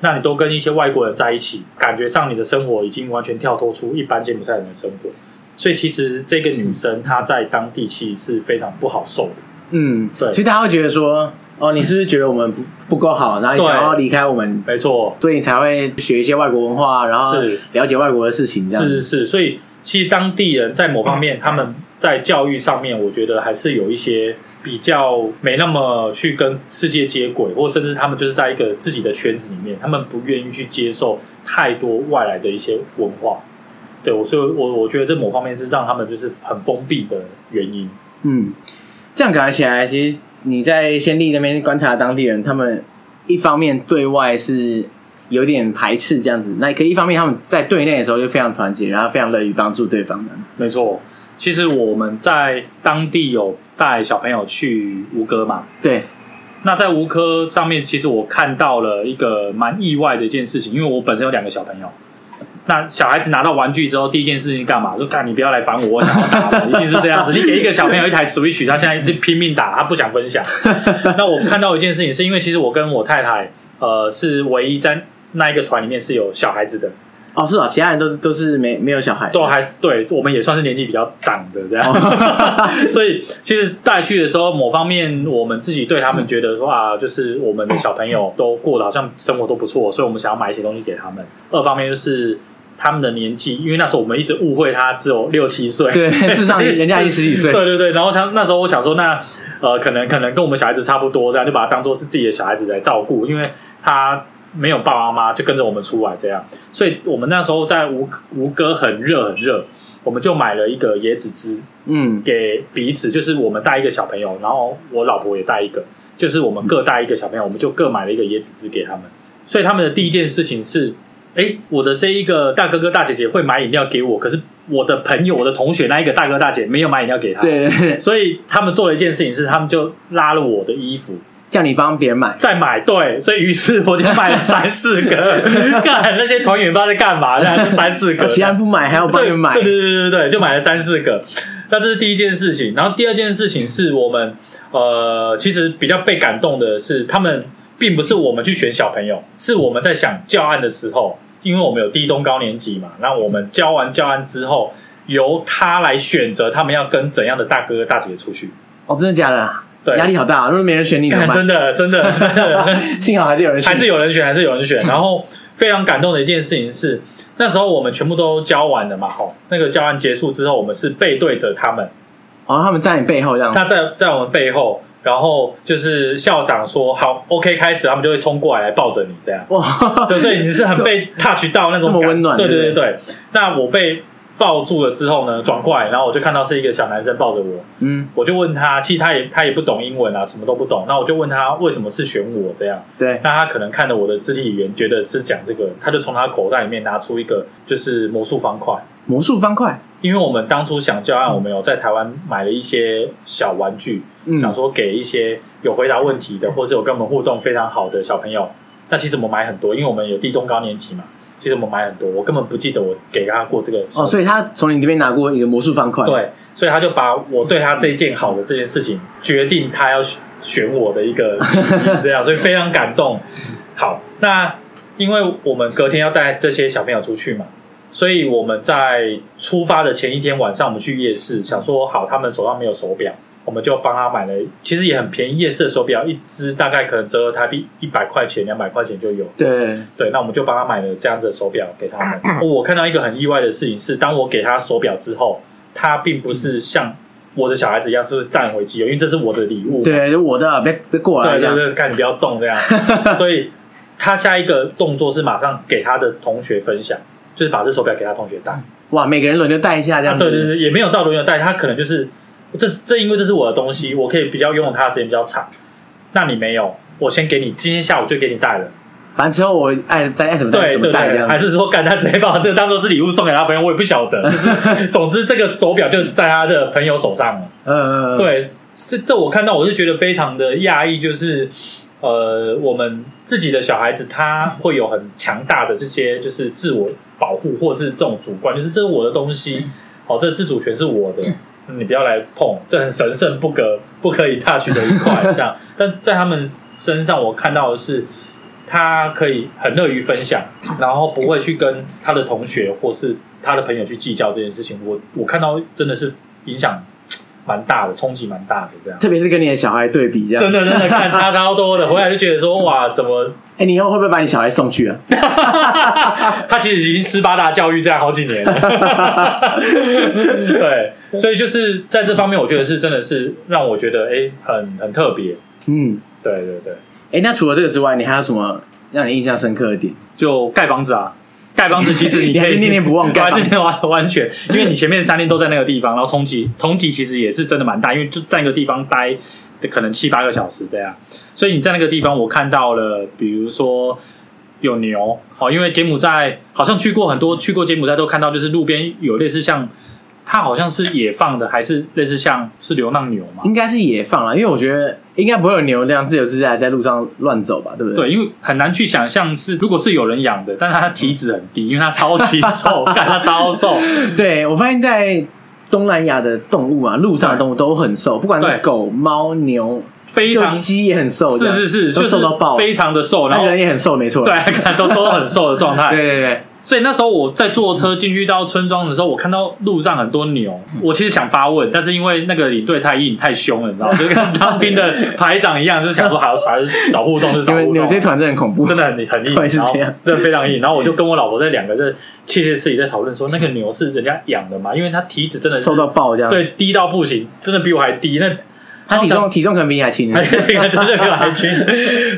B: 那你都跟一些外国人在一起，感觉上你的生活已经完全跳脱出一般柬埔寨人的生活，所以其实这个女生她在当地其实是非常不好受的。
A: 嗯，
B: 对
A: 所以大家会觉得说，哦，你是不是觉得我们不不够好，然后你
B: 对
A: 想要离开我们，
B: 没错，
A: 所以你才会学一些外国文化，然后
B: 是
A: 了解外国的事情这样，
B: 是是是，所以其实当地人在某方面，他们在教育上面，我觉得还是有一些比较没那么去跟世界接轨，或甚至他们就是在一个自己的圈子里面，他们不愿意去接受太多外来的一些文化。对我，所以我我觉得这某方面是让他们就是很封闭的原因。
A: 嗯，这样感觉起来，其实你在先立那边观察当地人，他们一方面对外是有点排斥这样子，那可一方面他们在对内的时候又非常团结，然后非常乐于帮助对方的。
B: 没错，其实我们在当地有带小朋友去吴哥嘛，
A: 对，
B: 那在吴科上面，其实我看到了一个蛮意外的一件事情，因为我本身有两个小朋友。那小孩子拿到玩具之后，第一件事情干嘛？就干你不要来烦我，我想要打了，一定是这样子。你给一个小朋友一台 Switch，他现在是拼命打，他不想分享。那我看到一件事情，是因为其实我跟我太太，呃，是唯一在那一个团里面是有小孩子的，
A: 哦，是啊，其他人都都是没没有小孩，
B: 都还对我们也算是年纪比较长的这样， <laughs> 所以其实带去的时候，某方面我们自己对他们觉得说啊，就是我们的小朋友都过得好像生活都不错，所以我们想要买一些东西给他们。二方面就是他们的年纪，因为那时候我们一直误会他只有六七岁，
A: <laughs> 对，事实上人家已经十几岁，
B: 对对对，然后像那时候我想说，那呃，可能可能跟我们小孩子差不多，这样就把他当做是自己的小孩子来照顾，因为他没有爸爸妈妈，就跟着我们出来这样。所以我们那时候在吴吴哥很热很热，我们就买了一个椰子汁
A: 嗯，
B: 给彼此，就是我们带一个小朋友，然后我老婆也带一个，就是我们各带一个小朋友，我们就各买了一个椰子汁给他们。所以他们的第一件事情是。哎，我的这一个大哥哥大姐姐会买饮料给我，可是我的朋友、我的同学那一个大哥大姐没有买饮料给他。
A: 对，对对
B: 所以他们做了一件事情是，他们就拉了我的衣服
A: 叫你帮别人买，
B: 再买，对，所以于是我就买了三四
A: <laughs>
B: 个，干那些团员不知道在干嘛，那就三四个，
A: 啊其他人不买还要帮你买
B: 对，对对对对对，就买了三四个。那这是第一件事情，然后第二件事情是我们呃，其实比较被感动的是，他们并不是我们去选小朋友，是我们在想教案的时候。因为我们有低中高年级嘛，那我们教完教案之后，由他来选择他们要跟怎样的大哥大姐出去。
A: 哦，真的假的？
B: 对，
A: 压力好大、啊，如果没人选你怎么
B: 干
A: 办
B: <laughs> 真？的真的
A: <laughs>
B: 真的 <laughs>
A: 幸好还是有人选，
B: 还是有人选，还是有人
A: <laughs>
B: 选。然后非常感动的一件事情是，那时候我们全部都教完了嘛，吼，那个教案结束之后，我们是背对着他们，
A: 哦，他们在你背后这样，
B: 那在在我们背后，然后就是校长说好，OK，开始，他们就会冲过来来抱着你这样。
A: 哇，
B: 对，所以你是很被 touch 到那种
A: 这么
B: 感
A: 温暖
B: 对
A: 对
B: 对
A: 不
B: 对。那我被抱住了之后呢，转过来，然后我就看到是一个小男生抱着我，
A: <laughs> 嗯，
B: 我就问他，其实他也他也不懂英文啊，什么都不懂。那我就问他为什么是选我这样，
A: 对，
B: 那他可能看了我的肢体语言，觉得是讲这个，他就从他口袋里面拿出一个就是魔术方块。
A: 魔术方块，
B: 因为我们当初想教案，我们有在台湾买了一些小玩具，
A: 嗯
B: 想说给一些有回答问题的，或是有跟我们互动非常好的小朋友。那其实我们买很多，因为我们有低中高年级嘛，其实我们买很多，我根本不记得我给他过这个小
A: 哦，所以他从你这边拿过一个魔术方块，，
B: 对，所以他就把我对他这一件好的这件事情，决定他要选选我的一个指引这样，所以非常感动。好，那因为我们隔天要带这些小朋友出去嘛，所以我们在出发的前一天晚上，我们去夜市，想说好，他们手上没有手表，我们就帮他买了，其实也很便宜，夜市的手表一只大概可能折合台币一百块钱、两百块钱就有。
A: 对，
B: 对，那我们就帮他买了这样子的手表给他们。哦我看到一个很意外的事情是，当我给他手表之后，他并不是像我的小孩子一样，是不是站回机？因为这是我的礼物。
A: 对，就我的，别别过来这
B: 对对
A: 样，
B: 对，看你不要动这 <laughs> 样。所以他下一个动作是马上给他的同学分享，就是把这手表给他同学戴。
A: 哇，每个人轮流戴一下这样
B: 啊
A: 子，
B: 对对对，也没有到轮流戴，他可能就是这是这因为这是我的东西，我可以比较拥有它的时间比较长。那你没有，我先给你，今天下午就给你戴了。
A: 反正之后我爱在爱怎么戴
B: 对
A: 怎么
B: 对
A: 戴这
B: 对，
A: 样
B: 还
A: 子，
B: 是说，干他直接把这个当做是礼物送给他朋友，我也不晓
A: <laughs>
B: 得。就是，总之这个手表就在他的朋友手上了。
A: 嗯嗯，嗯，
B: 对，这这我看到我就觉得非常的讶异，就是呃，我们自己的小孩子他会有很强大的这些就是自我保护或是这种主观，就是这是我的东西，哦，这自主权是我的。你不要来碰，这很神圣不可不可以 touch 的一块，这样。但在他们身上，我看到的是，他可以很乐于分享，然后不会去跟他的同学或是他的朋友去计较这件事情。我我看到真的是影响蛮大的，冲击蛮大的，这样。
A: 特别是跟你的小孩对比这样，
B: 真的真的看差超多的，回来就觉得说哇，怎么
A: 哎，你以后会不会把你小孩送
B: <laughs>
A: 去啊？
B: 他其实已经斯巴达教育这样好几年了。对，所以就是在这方面，我觉得是真的是让我觉得哎、很很特别。
A: 嗯，
B: 对对对，
A: 哎，那除了这个之外，你还有什么让你印象深刻的点？
B: 就盖房子啊，盖房子其实
A: <laughs> 你
B: <laughs> 你
A: 还
B: 可
A: 是
B: 以
A: 念念不忘盖
B: 我还
A: 房子
B: 是念完完全，因为你前面三天都在那个地方，然后冲击冲击其实也是真的蛮大，因为就在那个地方待可能七八个小时这样，所以你在那个地方我看到了，比如说。有牛，好，因为柬埔寨好像去过很多，去过柬埔寨都看到，就是路边有类似像，它好像是野放的，还是类似像是流浪牛嘛？
A: 应该是野放啊，因为我觉得应该不会有牛那样自由自在在路上乱走吧，对不对？
B: 对，因为很难去想象是，如果是有人养的，但是它体脂很低，因为它超级
A: <laughs>
B: 瘦，看它超瘦，
A: 对，我发现在东南亚的动物啊，路上的动物都很瘦，不管是
B: 对
A: 狗、猫、牛，
B: 非
A: 就
B: 常
A: 鸡也很瘦，
B: 是是是，
A: 这样都
B: 就是
A: 瘦到爆，
B: 非常的瘦，然
A: 那
B: 后
A: 人也很瘦，没错，
B: 对， <laughs> 看都都很瘦的状
A: 对
B: 态。
A: 对对，
B: 所以那时候我在坐车进去到村庄的时候，我看到路上很多牛，
A: 嗯
B: 我其实想发问，但是因为那个领队太硬太凶了，你知道吗，就 <laughs> 跟当兵的排长一样，就想说好少少互动就
A: 你
B: 少
A: 们
B: 互
A: <laughs> 你们这
B: 动
A: 些。团真的很恐怖， <laughs>
B: 真的很很硬，
A: 对是
B: 然后
A: 这样
B: 真的非常硬。然后我就跟我老婆在两个在窃窃私语在讨论说，那个牛是人家养的嘛，因为它体脂真的是
A: 瘦到爆这样，，
B: 对低到不行，真的比我还低。那
A: 他体
B: 然后
A: 重体重可能比你还轻，
B: <laughs> 还真的没有来去，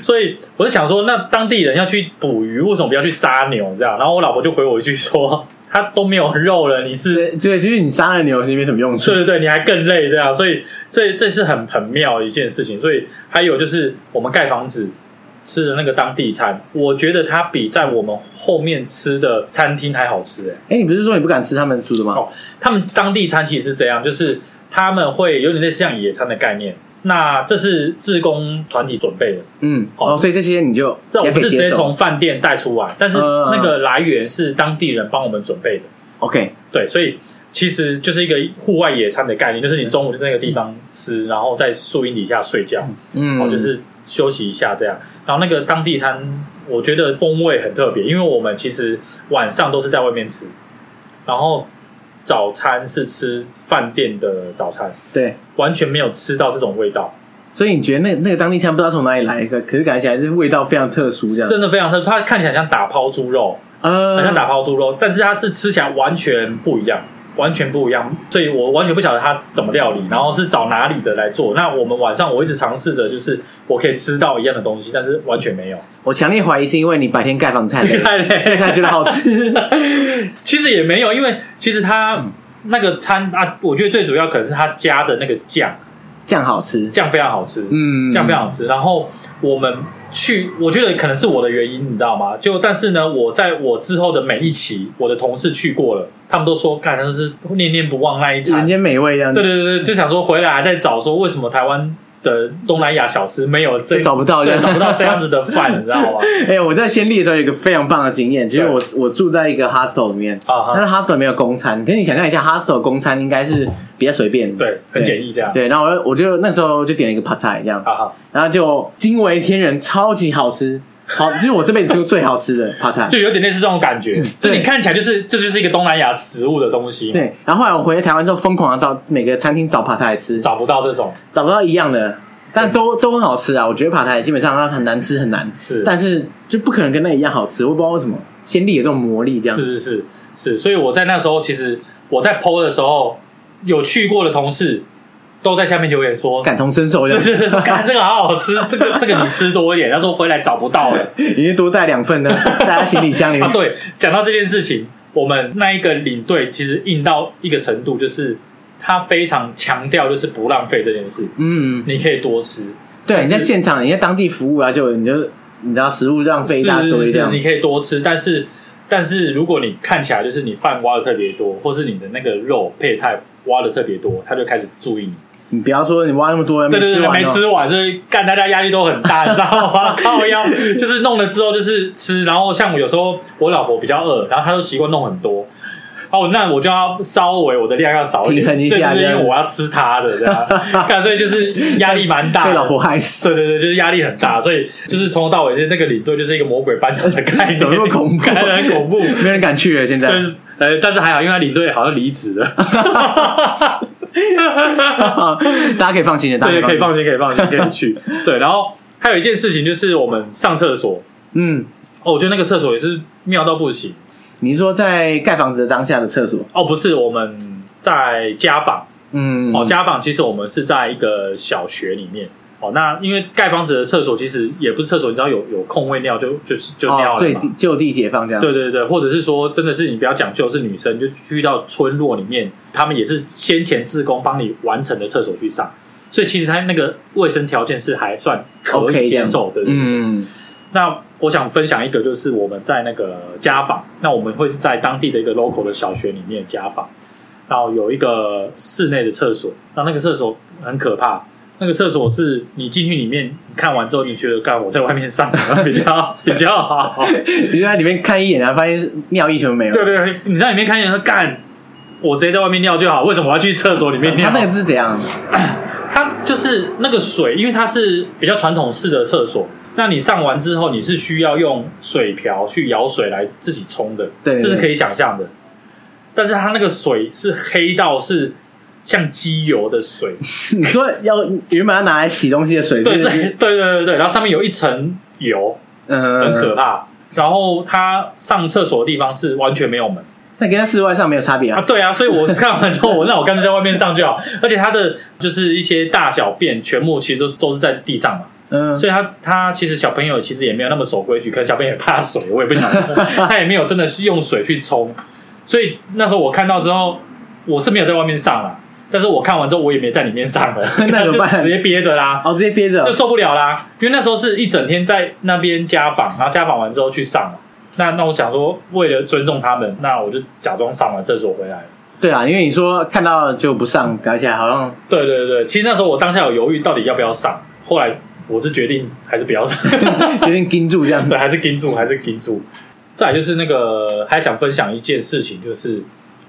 B: 所以我就想说，那当地人要去捕鱼，为什么不要去杀牛这样？然后我老婆就回我一句说，他都没有肉了，你是
A: 对对，就是你杀了牛其实没什么用处
B: 对，对对，你还更累这样，所以这这是很很妙的一件事情。所以还有就是我们盖房子吃的那个当地餐，我觉得它比在我们后面吃的餐厅还好吃、欸。
A: 哎，你不是说你不敢吃他们煮的吗？
B: 哦他们当地餐其实是这样，就是他们会有点类似像野餐的概念。那这是志工团体准备的，
A: 嗯，
B: 哦
A: 哦，所以这些你就
B: 这我
A: 也
B: 们
A: 可以
B: 是直
A: 接
B: 接
A: 受嗯
B: 从饭店带出来，但是那个来源是当地人帮我们准备的，
A: ，OK，
B: 对，所以其实就是一个户哦外野餐的概念，就是你中午就在那个地方吃，然后在树荫底下睡觉，然
A: 嗯，
B: 后就是休息一下这样。然后那个当地餐，我觉得风味很特别，因为我们其实晚上都是在外面吃，然后早餐是吃饭店的早餐，
A: 对，
B: 完全没有吃到这种味道，
A: 所以你觉得那那个当地腔不知道从哪里来，可可是感觉起来是味道非常特殊这样，
B: 真的非常特殊。它看起来像打抛猪肉，
A: 呃
B: 很像打抛猪肉，但是它是吃起来完全不一样，完全不一样，所以我完全不晓得它怎么料理，然后是找哪里的来做。那我们晚上我一直尝试着，就是我可以吃到一样的东西，但是完全没有。
A: 我强烈怀疑是因为你白天盖房菜
B: <laughs>
A: 累，
B: 太累
A: 所以才觉得好吃。
B: <laughs> 其实也没有，因为其实它那个餐啊，我觉得最主要可能是它加的那个酱，
A: 酱好吃，
B: 酱非常好吃，
A: 嗯，
B: 酱非常好吃。然后我们去，我觉得可能是我的原因，你知道吗？就但是呢，我在我之后的每一期，我的同事去过了，他们都说，看他是念念不忘那一餐
A: 人。间美味这样
B: 对
A: 子，
B: 对对对，就想说回来还在找说为什么台湾的东南亚小吃没有这
A: 就找不到这
B: 对
A: 样
B: 找不到这样子的饭，你知道吗？
A: <laughs> 哎、我在仙丽的时候有一个非常棒的经验，就是我我住在一个 hostel 里面，
B: 啊哈
A: 但是 hostel 没有公餐，可是你想象一下，hostel 公餐应该是比较随便，
B: 对，很简易这样。
A: 对，然后我就我就那时候就点了一个 pad thai 这样，
B: 啊哈，
A: 然后就惊为天人，超级好吃，好，就是我这辈子吃过最好吃的 pad thai。
B: 就有点类似这种感觉，就
A: 嗯对
B: 你看起来就是这就是一个东南亚食物的东西，
A: 对，然后后来我回台湾之后，疯狂的找每个餐厅找 pad thai 吃，
B: 找不到这种
A: 找不到一样的，但都都很好吃啊。我觉得 pad thai 基本上它很难吃很难，
B: 是，
A: 但是就不可能跟那一样好吃，我不知道为什么。仙丽有这种魔力，这样
B: 是是是是，所以我在那时候其实我在 PO 的时候，有去过的同事都在下面留言说。
A: 感同身受，这
B: <laughs> 对
A: 样
B: 对
A: <laughs>
B: 对，是看这个好好吃，这个这个你吃多一点。他说回来找不到了，
A: 已经多带两
B: <laughs>
A: 份呢，带在行李箱里面
B: 啊，。对，讲到这件事情，我们那一个领队其实硬到一个程度，就是他非常强调就是不浪费这件事，
A: 嗯，
B: 你可以多吃，
A: 对，
B: 但
A: 你
B: 是
A: 在现场，你在当地服务啊，就你就你知道食物浪费一大
B: 是
A: 堆这
B: 是是
A: 样
B: 你。可以多吃，但是但是如果你看起来就是你饭挖的特别多，或是你的那个肉配菜挖的特别多，他就开始注意你。
A: 你不要说你挖那么多，没
B: 对对
A: 吃
B: 对，
A: 完
B: 没
A: 哦。
B: 吃完，所以干大家压力都很大，你知道吗？靠腰就是弄了之后就是吃，然后像我有时候我老婆比较饿，然后她就习惯弄很多。哦，那我就要稍微我的量要少一
A: 平
B: 点，
A: 衡一下
B: 对对
A: 这
B: 对，
A: 样
B: 因为我要吃她的这样，干所以就是压力蛮大的。
A: 被老婆害死，
B: 对对对，就是压力很大，所以就是从头到尾，就是那个领队就是一个魔鬼班长的概念，
A: 怎么那么恐
B: <laughs>
A: 怖
B: 感觉很恐怖。
A: 没人敢去了。现 <laughs>
B: 但
A: 在
B: 是呃，但是还好，因为他领队好像离职了，
A: 大家可以放心的，大家
B: 对，可以
A: 心。
B: 放心，可以放心，可以去。
A: <laughs>
B: 对，然后还有一件事情就是我们上厕所，
A: 嗯，
B: 哦，我觉得那个厕所也是妙到不行。
A: 你说在盖房子的当下的厕所，
B: 哦，不是，我们在家访，
A: 嗯，
B: 哦，家访其实我们是在一个小学里面。哦，那因为盖房子的厕所其实也不是厕所，你知道有有空位尿就就就
A: 哦，
B: 尿了
A: 最
B: 嘛。
A: 地就地解放这样。
B: 对对对，或者是说，真的是你不要讲究是女生，就去到村落里面，他们也是先前自工帮你完成的厕所去上，所以其实他那个卫生条件是还算可
A: OK
B: 以
A: 这
B: 接
A: 样
B: 受的。对对对
A: 嗯，
B: 那我想分享一个，就是我们在那个家访，那我们会是在当地的一个 local 的小学里面家访，然后有一个室内的厕所，那那个厕所很可怕。那个厕所是你进去里面你看完之后，你觉得干我在外面上比较比
A: <laughs>
B: 较好，
A: 你就在里面看一眼，然后发现尿意全部没有。
B: 对对对，你在里面看见说干，我直接在外面尿就好，为什么我要去厕所里面尿
A: 他？那个是怎样？
B: 它就是那个水，因为它是比较传统式的厕所，那你上完之后你是需要用水瓢去舀水来自己冲的，
A: 对对
B: 这是可以想象的。但是它那个水是黑到是像机油的水，
A: 你说要原本要拿来洗东西的水，
B: 对
A: 是
B: 对
A: 不
B: 对
A: 是？
B: 对对对，然后上面有一层油，很可
A: 嗯，
B: 怕。然后它上厕所的地方是完全没有门。
A: 那跟在室外上没有差别
B: 啊，
A: 啊。
B: 对啊，所以我看完之后，我那我干脆在外面上就好。而且它的就是一些大小便全部其实都都是在地上嘛，
A: 嗯，
B: 所以他他其实小朋友其实也没有那么守规矩，可能小朋友也怕水，我也
A: <laughs>
B: 不晓得，他也没有真的去用水去冲。所以那时候我看到之后，我是没有在外面上了，但是我看完之后我也没在里面上了，
A: <laughs> 那怎么办
B: 就直接憋着
A: <laughs>
B: 啦。
A: 哦，直接憋着
B: 就。受不了啦，因为那时候是一整天在那边家访，然后家访完之后去上嘛。那那我想说，为了尊重他们，那我就假装上完厕所回来了。
A: 对啊，因为你说看到就不上，搞起来好像
B: 对对对，其实那时候我当下有犹豫到底要不要上，后来我是决定还是
A: <laughs>
B: 不要上，
A: 决定盯住这样。
B: <laughs> 对，还是盯住，还是盯住。再来就是那个还想分享一件事情，就是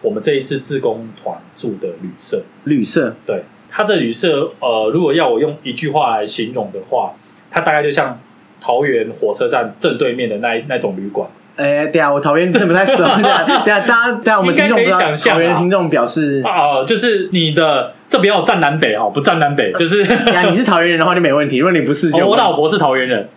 B: 我们这一次志工团住的旅社，
A: 绿色，
B: 对，它这旅社，呃，如果要我用一句话来形容的话，它大概就像桃园火车站正对面的那一那种旅馆。
A: 哎，对啊，我桃园真的不太熟。 <laughs> 对啊，对啊，大家，对啊，我们听众不知
B: 应该可以
A: 道，
B: 想象啊
A: 桃园的听众表示，
B: 啊、就是你的这边有站南北哦，不站南北，就是、 <laughs>
A: <laughs> 呀，你是桃园人的话就没问题，如果你不是就
B: 哦、我老婆是桃园人，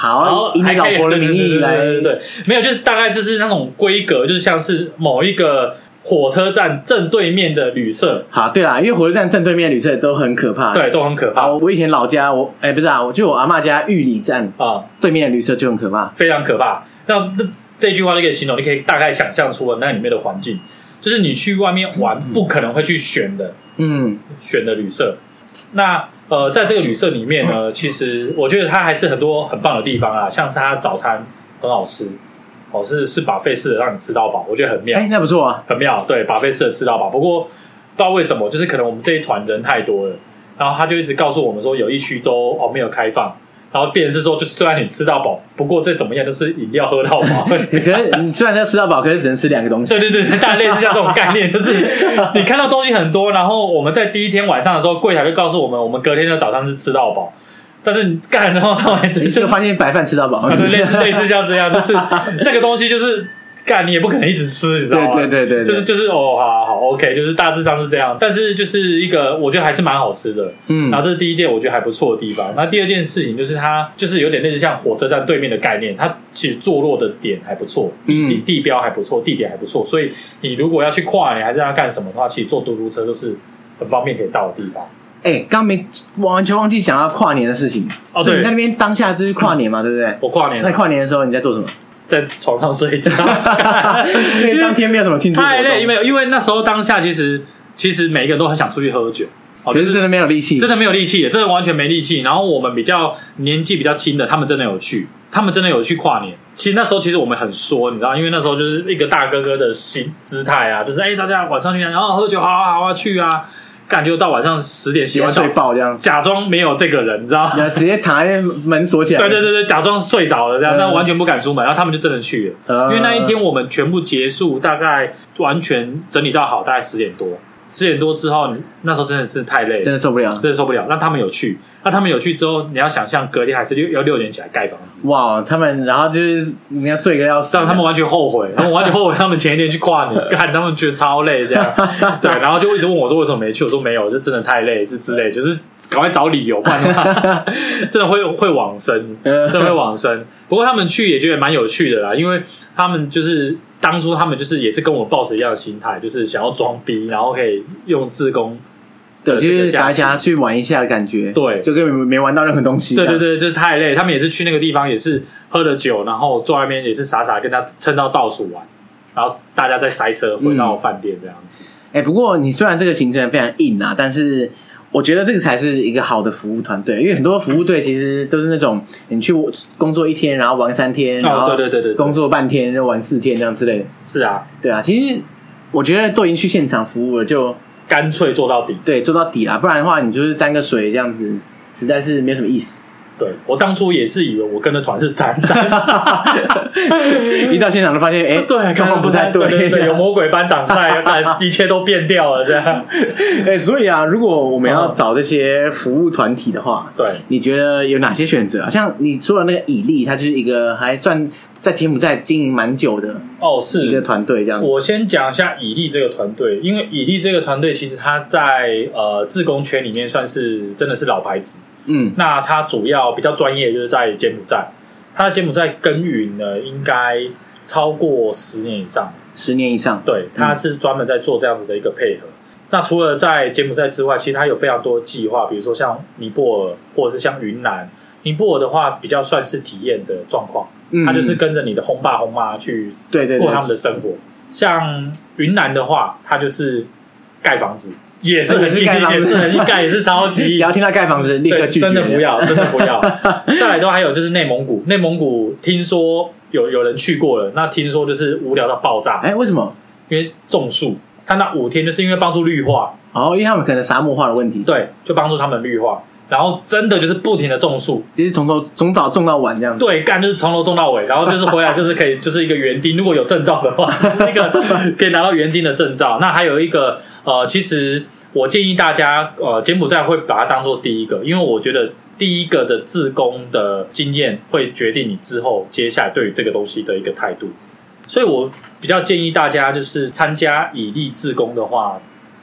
B: 然
A: 好，
B: 后
A: 哦以你
B: 还
A: 老
B: 可以
A: 婆的
B: 对对
A: 名义
B: 对对
A: 来
B: 对对对，没有，就是大概就是那种规格，就是像是某一个火车站正对面的旅社，
A: 好，对啦，因为火车站正对面的旅社都很可怕。，
B: 对，都很可怕
A: 好，
B: 啊、
A: 我以前老家，我哎、不是啊，我就我阿嬷家玉里站对面的旅社就很可怕。
B: 啊非常可怕。那那这句话就可以形容，你可以大概想象出了那里面的环境，就是你去外面玩不可能会去选的，
A: 嗯，
B: 选的旅社。那呃，在这个旅社里面呢，其实我觉得它还是很多很棒的地方啊，像是它早餐很好吃，哦是是把费式的让你吃到饱，我觉得很妙，
A: 哎、那不错啊。
B: 很妙。对，把费式的吃到饱。不过不知道为什么，就是可能我们这一团人太多了，然后他就一直告诉我们说有一区都哦没有开放，然后变成是说，就虽然你吃到饱，不过再怎么样都是饮料喝到
A: <laughs>
B: 饱。
A: 可是你虽然要吃到饱，可是只能吃两个
B: <laughs>
A: 东西。
B: 对对对，大类似像这种概念，就是你看到东西很多，然后我们在第一天晚上的时候，柜台就告诉我们，我们隔天的早上是吃到饱，但是你干了之后，他们
A: 你 <laughs>
B: 就
A: 就发现白饭吃到饱。
B: 啊，对，类似类似像这
A: <laughs>
B: 样，就是那个东西就是干，你也不可能一直吃，你知道
A: <laughs>
B: 吗？
A: 对对对对对
B: 就是就是哦，好好 OK，就是大致上是这样，但是就是一个我觉得还是蛮好吃的，
A: 嗯
B: 然后这是第一件我觉得还不错的地方。那第二件事情就是它就是有点类似像火车站对面的概念，它其实坐落的点还不错，
A: 嗯
B: 地地标还不错，地点还不错，所以你如果要去跨年还是要干什么的话，其实坐嘟嘟车都是很方便可以到的地方。
A: 哎，刚没完全忘记讲到跨年的事情。
B: 哦
A: 所以
B: 对嗯
A: 你在那边当下就是跨年嘛，对不对？
B: 我跨年
A: 那
B: 了
A: 跨年的时候你在
B: <laughs>
A: 做什么？，
B: 在床上睡觉
A: <laughs> 因为当天没有什么庆祝活动
B: 太累，因为因为那时候当下其实其实每一个人都很想出去喝酒，哦，
A: 可是真的没有力气。
B: 真的没有力气，真的完全没力气。然后我们比较年纪比较轻的，他们真的有去，他们真的有去跨年。其实那时候其实我们很说，你知道，因为那时候就是一个大哥哥的心姿态啊，就是哎、大家晚上去哪，然后喝酒，好啊好啊去啊，感觉到晚上十点
A: 直
B: 洗
A: 接
B: 完澡
A: 睡，爆这样，
B: 假装没有这个人，你
A: <laughs>
B: 知道吗？
A: 然后直接躺在门锁起来。
B: 啊对对对对，假装睡着了这样，
A: 嗯
B: 但完全不敢出门，然后他们就真的去了。
A: 嗯
B: 因为那一天我们全部结束，大概完全整理到好，大概十点多。十点多之后，你那时候真的是太累
A: 真
B: 了，
A: 的受不了。
B: 真的受不了。那他们有去，那他们有去之后，你要想象隔天还是六要六点起来盖房子，
A: 哇，他们然后就是人家醉个要死
B: 这，样他们完全后悔，他们完全后悔他们前一天去跨年， <laughs> 看他们觉得超累这样。对，然后就一直问我说为什么没去，我说没有，就真的太累，是之类，就是赶快找理由，不然的话真的会会往生。
A: 呃
B: 社会往生。不过他们去也觉得蛮有趣的啦，因为他们就是当初他们就是也是跟我抱持一样的心态，就是想要装逼，然后可以用自工。
A: <laughs> 对，
B: 这个
A: 就是
B: 假
A: 大
B: 期
A: 家去玩一下的感觉，
B: 对
A: 就根本没玩到任何东西。
B: 对对，对，就是太累。他们也是去那个地方，也是喝了酒，然后坐外面也是傻傻跟他撑到倒数完，然后大家再塞车回到饭店这样子。
A: 哎，不过你虽然这个行程非常硬啊，但是。我觉得这个才是一个好的服务团队，因为很多服务队其实都是那种你去工作一天，然后玩三天，然后
B: 哦，对对对对对，
A: 工作半天，然后玩四天这样之类的。
B: 是啊，
A: 对啊，其实我觉得都已经去现场服务了，就
B: 干脆做到底。
A: 对做到底啦，不然的话你就是沾个水这样子，实在是没有什么意思。 <laughs>
B: 对我当初也是以为我跟的团是沾沾，
A: 一到现场就发现，哎、
B: 对，
A: 状况不太
B: 对，对对有
A: 对。
B: 魔鬼班长在，但一切都变掉了这样。
A: 哎、所以啊，如果我们
B: 嗯
A: 要找这些服务团体的话，
B: 对，
A: 你觉得有哪些选择啊？像你说的那个以利，他就是一个还算在柬埔寨经营蛮久的
B: 哦，
A: 一个
B: 是。
A: 团队，这样。
B: 我先讲一下以利这个团队，因为以利这个团队其实他在呃自工圈里面算是真的是老牌子。
A: 嗯，
B: 那他主要比较专业就是在柬埔寨，他在柬埔寨耕耘呢应该超过十年以上。
A: 十年以上。
B: 对，他是专门在做这样子的一个配合。那除了在柬埔寨之外，其实它有非常多计划，比如说像尼泊尔或者是像云南。尼泊尔的话比较算是体验的状况，
A: 嗯，
B: 他就是跟着你的轰爸轰妈去
A: 对对对
B: 过他们的生活。像云南的话，它就是盖房子， <laughs> 也是很
A: 也是
B: 硬
A: 盖房子
B: 也是很硬盖，也是超级
A: 只
B: 硬
A: 要。听到盖房子，立刻
B: 对，
A: 拒绝。
B: 真的不。要，真的不
A: <laughs>
B: 要。再来的话，还有就是内蒙古，内蒙古听说有有人去过了，那听说就是无聊到爆炸，
A: 哎、为什么？
B: 因为种树，它那五天就是因为帮助绿化，
A: 哦，因为他们可能沙漠化的问题，
B: 对，就帮助他们绿化，然后真的就是不停的种树，
A: 就是从头从早种到晚这样子。
B: 对，干就是从头种到尾，然后就是回来就是可以就是一个园丁，如果有证照的话，这个可以拿到园丁的证照。那还有一个呃，其实我建议大家呃，柬埔寨会把它当做第一个，因为我觉得第一个的自工的经验会决定你之后接下来对于这个东西的一个态度。所以我比较建议大家，就是参加以利自工的话，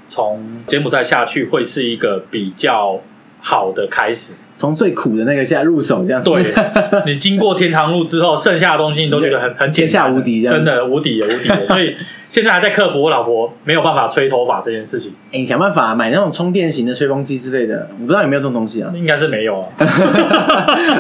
B: 从柬埔寨下去会是一个比较好的开始。
A: 从最苦的那个下入手，这样 <laughs>
B: 对，你经过天堂路之后，剩下的东西你都觉得很很简单
A: 天下无敌这样
B: 真的无敌也无
A: <laughs>
B: 敌了。所以现在还在克服我老婆没有办法吹头发这件事情，。
A: 哎，你想办法买那种充电型的吹风机之类的，我不知道有没有这种东西啊
B: <laughs> 应该是没有啊。
A: 嗯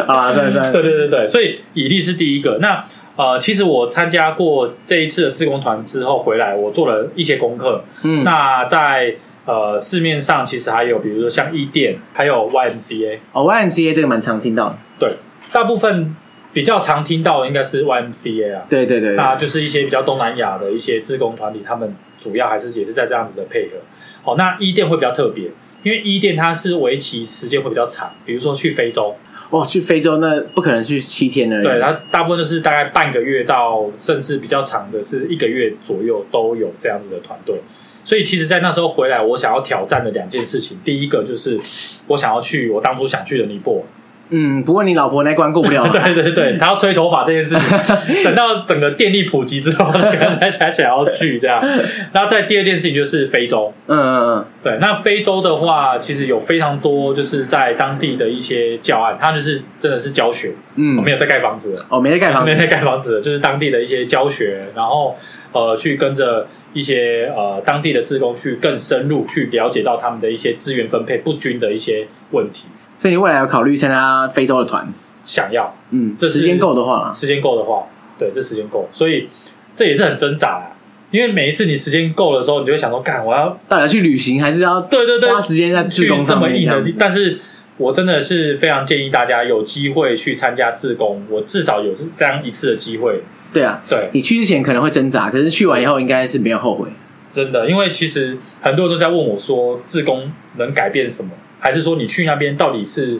A: 好 <laughs> 啦，算了算
B: 啊对
A: 了，
B: 对对对，所以以利是第一个。那呃，其实我参加过这一次的自工团之后回来，我做了一些功课。
A: 嗯，
B: 那在呃市面上其实还有，比如说像一店，还有 YMCA，
A: 哦，YMCA 这个蛮常听到的，
B: 对，大部分比较常听到的应该是 YMCA 啊。
A: 对对对，对
B: 那就是一些比较东南亚的一些志工团体，他们主要还是也是在这样子的配合。好，那一店会比较特别，因为一店它是为期时间会比较长，比如说去非洲，
A: 哇，哦去非洲那不可能去七天而已，
B: 对，它大部分都是大概半个月到甚至比较长的是一个月左右都有这样子的团队。所以其实，在那时候回来，我想要挑战的两件事情，第一个就是我想要去我当初想去的尼泊尔，
A: 嗯，不过你老婆那关过不了啊，
B: <laughs> 对对对，他要吹头发这件事
A: <laughs>
B: 情，等到整个电力普及之后，可能他才想要去这样。然后再第二件事情就是非洲，
A: 嗯嗯
B: 对，那非洲的话，其实有非常多就是在当地的一些教案，他就是真的是教学，
A: 嗯
B: 我没
A: 嗯，
B: 有在盖房子了。
A: 哦，没在盖房
B: 没
A: 子，
B: 在盖房子，就是当地的一些教学，然后呃，去跟着一些呃当地的职工去更深入去了解到他们的一些资源分配不均的一些问题。
A: 所以你未来有考虑参加非洲的团，
B: 想要，
A: 嗯，
B: 这是
A: 时间够的话啦，
B: 时间够的话，对，这时间够，所以这也是很挣扎啊。因为每一次你时间够的时候，你就会想说，干，我要
A: 到底要去旅行还是要
B: 对对对
A: 花时间在自
B: 去
A: 工
B: 这
A: 上
B: 么
A: 面这
B: 硬的
A: 样
B: 地
A: 子，，
B: 但是我真的是非常建议大家有机会去参加自工，我至少有这样一次的机会。
A: 对啊，
B: 对，
A: 你去之前可能会挣扎，可是去完以后应该是没有后悔。
B: 真的，因为其实很多人都在问我说，自工能改变什么？还是说你去那边到底是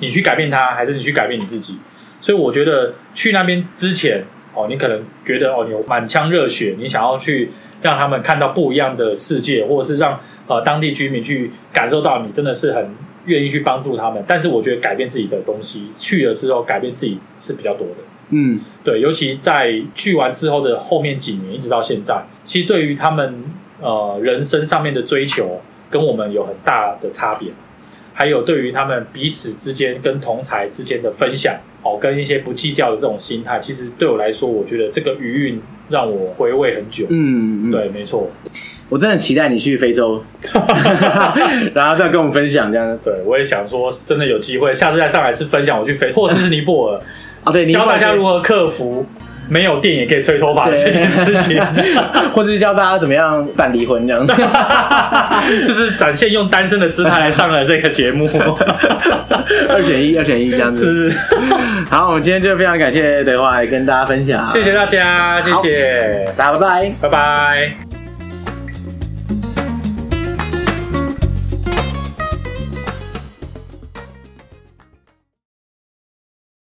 B: 你去改变它，还是你去改变你自己？所以我觉得去那边之前，哦，你可能觉得哦，你有满腔热血，你想要去让他们看到不一样的世界，或者是让呃当地居民去感受到你真的是很愿意去帮助他们。但是我觉得改变自己的东西，去了之后改变自己是比较多的。
A: 嗯，
B: 对，尤其在去完之后的后面几年，一直到现在，其实对于他们呃人生上面的追求，跟我们有很大的差别。还有对于他们彼此之间跟同才之间的分享，哦，跟一些不计较的这种心态，其实对我来说，我觉得这个余韵让我回味很久。
A: 嗯，嗯，
B: 对，没错，
A: 我真的期待你去非
B: <laughs>
A: 洲，然后再跟我们分享这样子。
B: 对我也想说，真的有机会，下次再上来是分享我去非，或者是尼泊 <laughs> 尔，
A: 啊，对，你
B: 教大家如
A: 何，
B: 何克服没有电也可以吹头发这件事 <laughs> 情。
A: <laughs> 或者是教大家怎么样办离婚这
B: <laughs>
A: 样。
B: 就是展现用单身的姿态来上了这个节目，
A: 二选一，二选一这样子。
B: 是
A: 好，我们今天就非常感谢德华来跟大家分享，
B: 谢谢大家，谢谢，
A: 大家，拜拜。
B: 拜拜。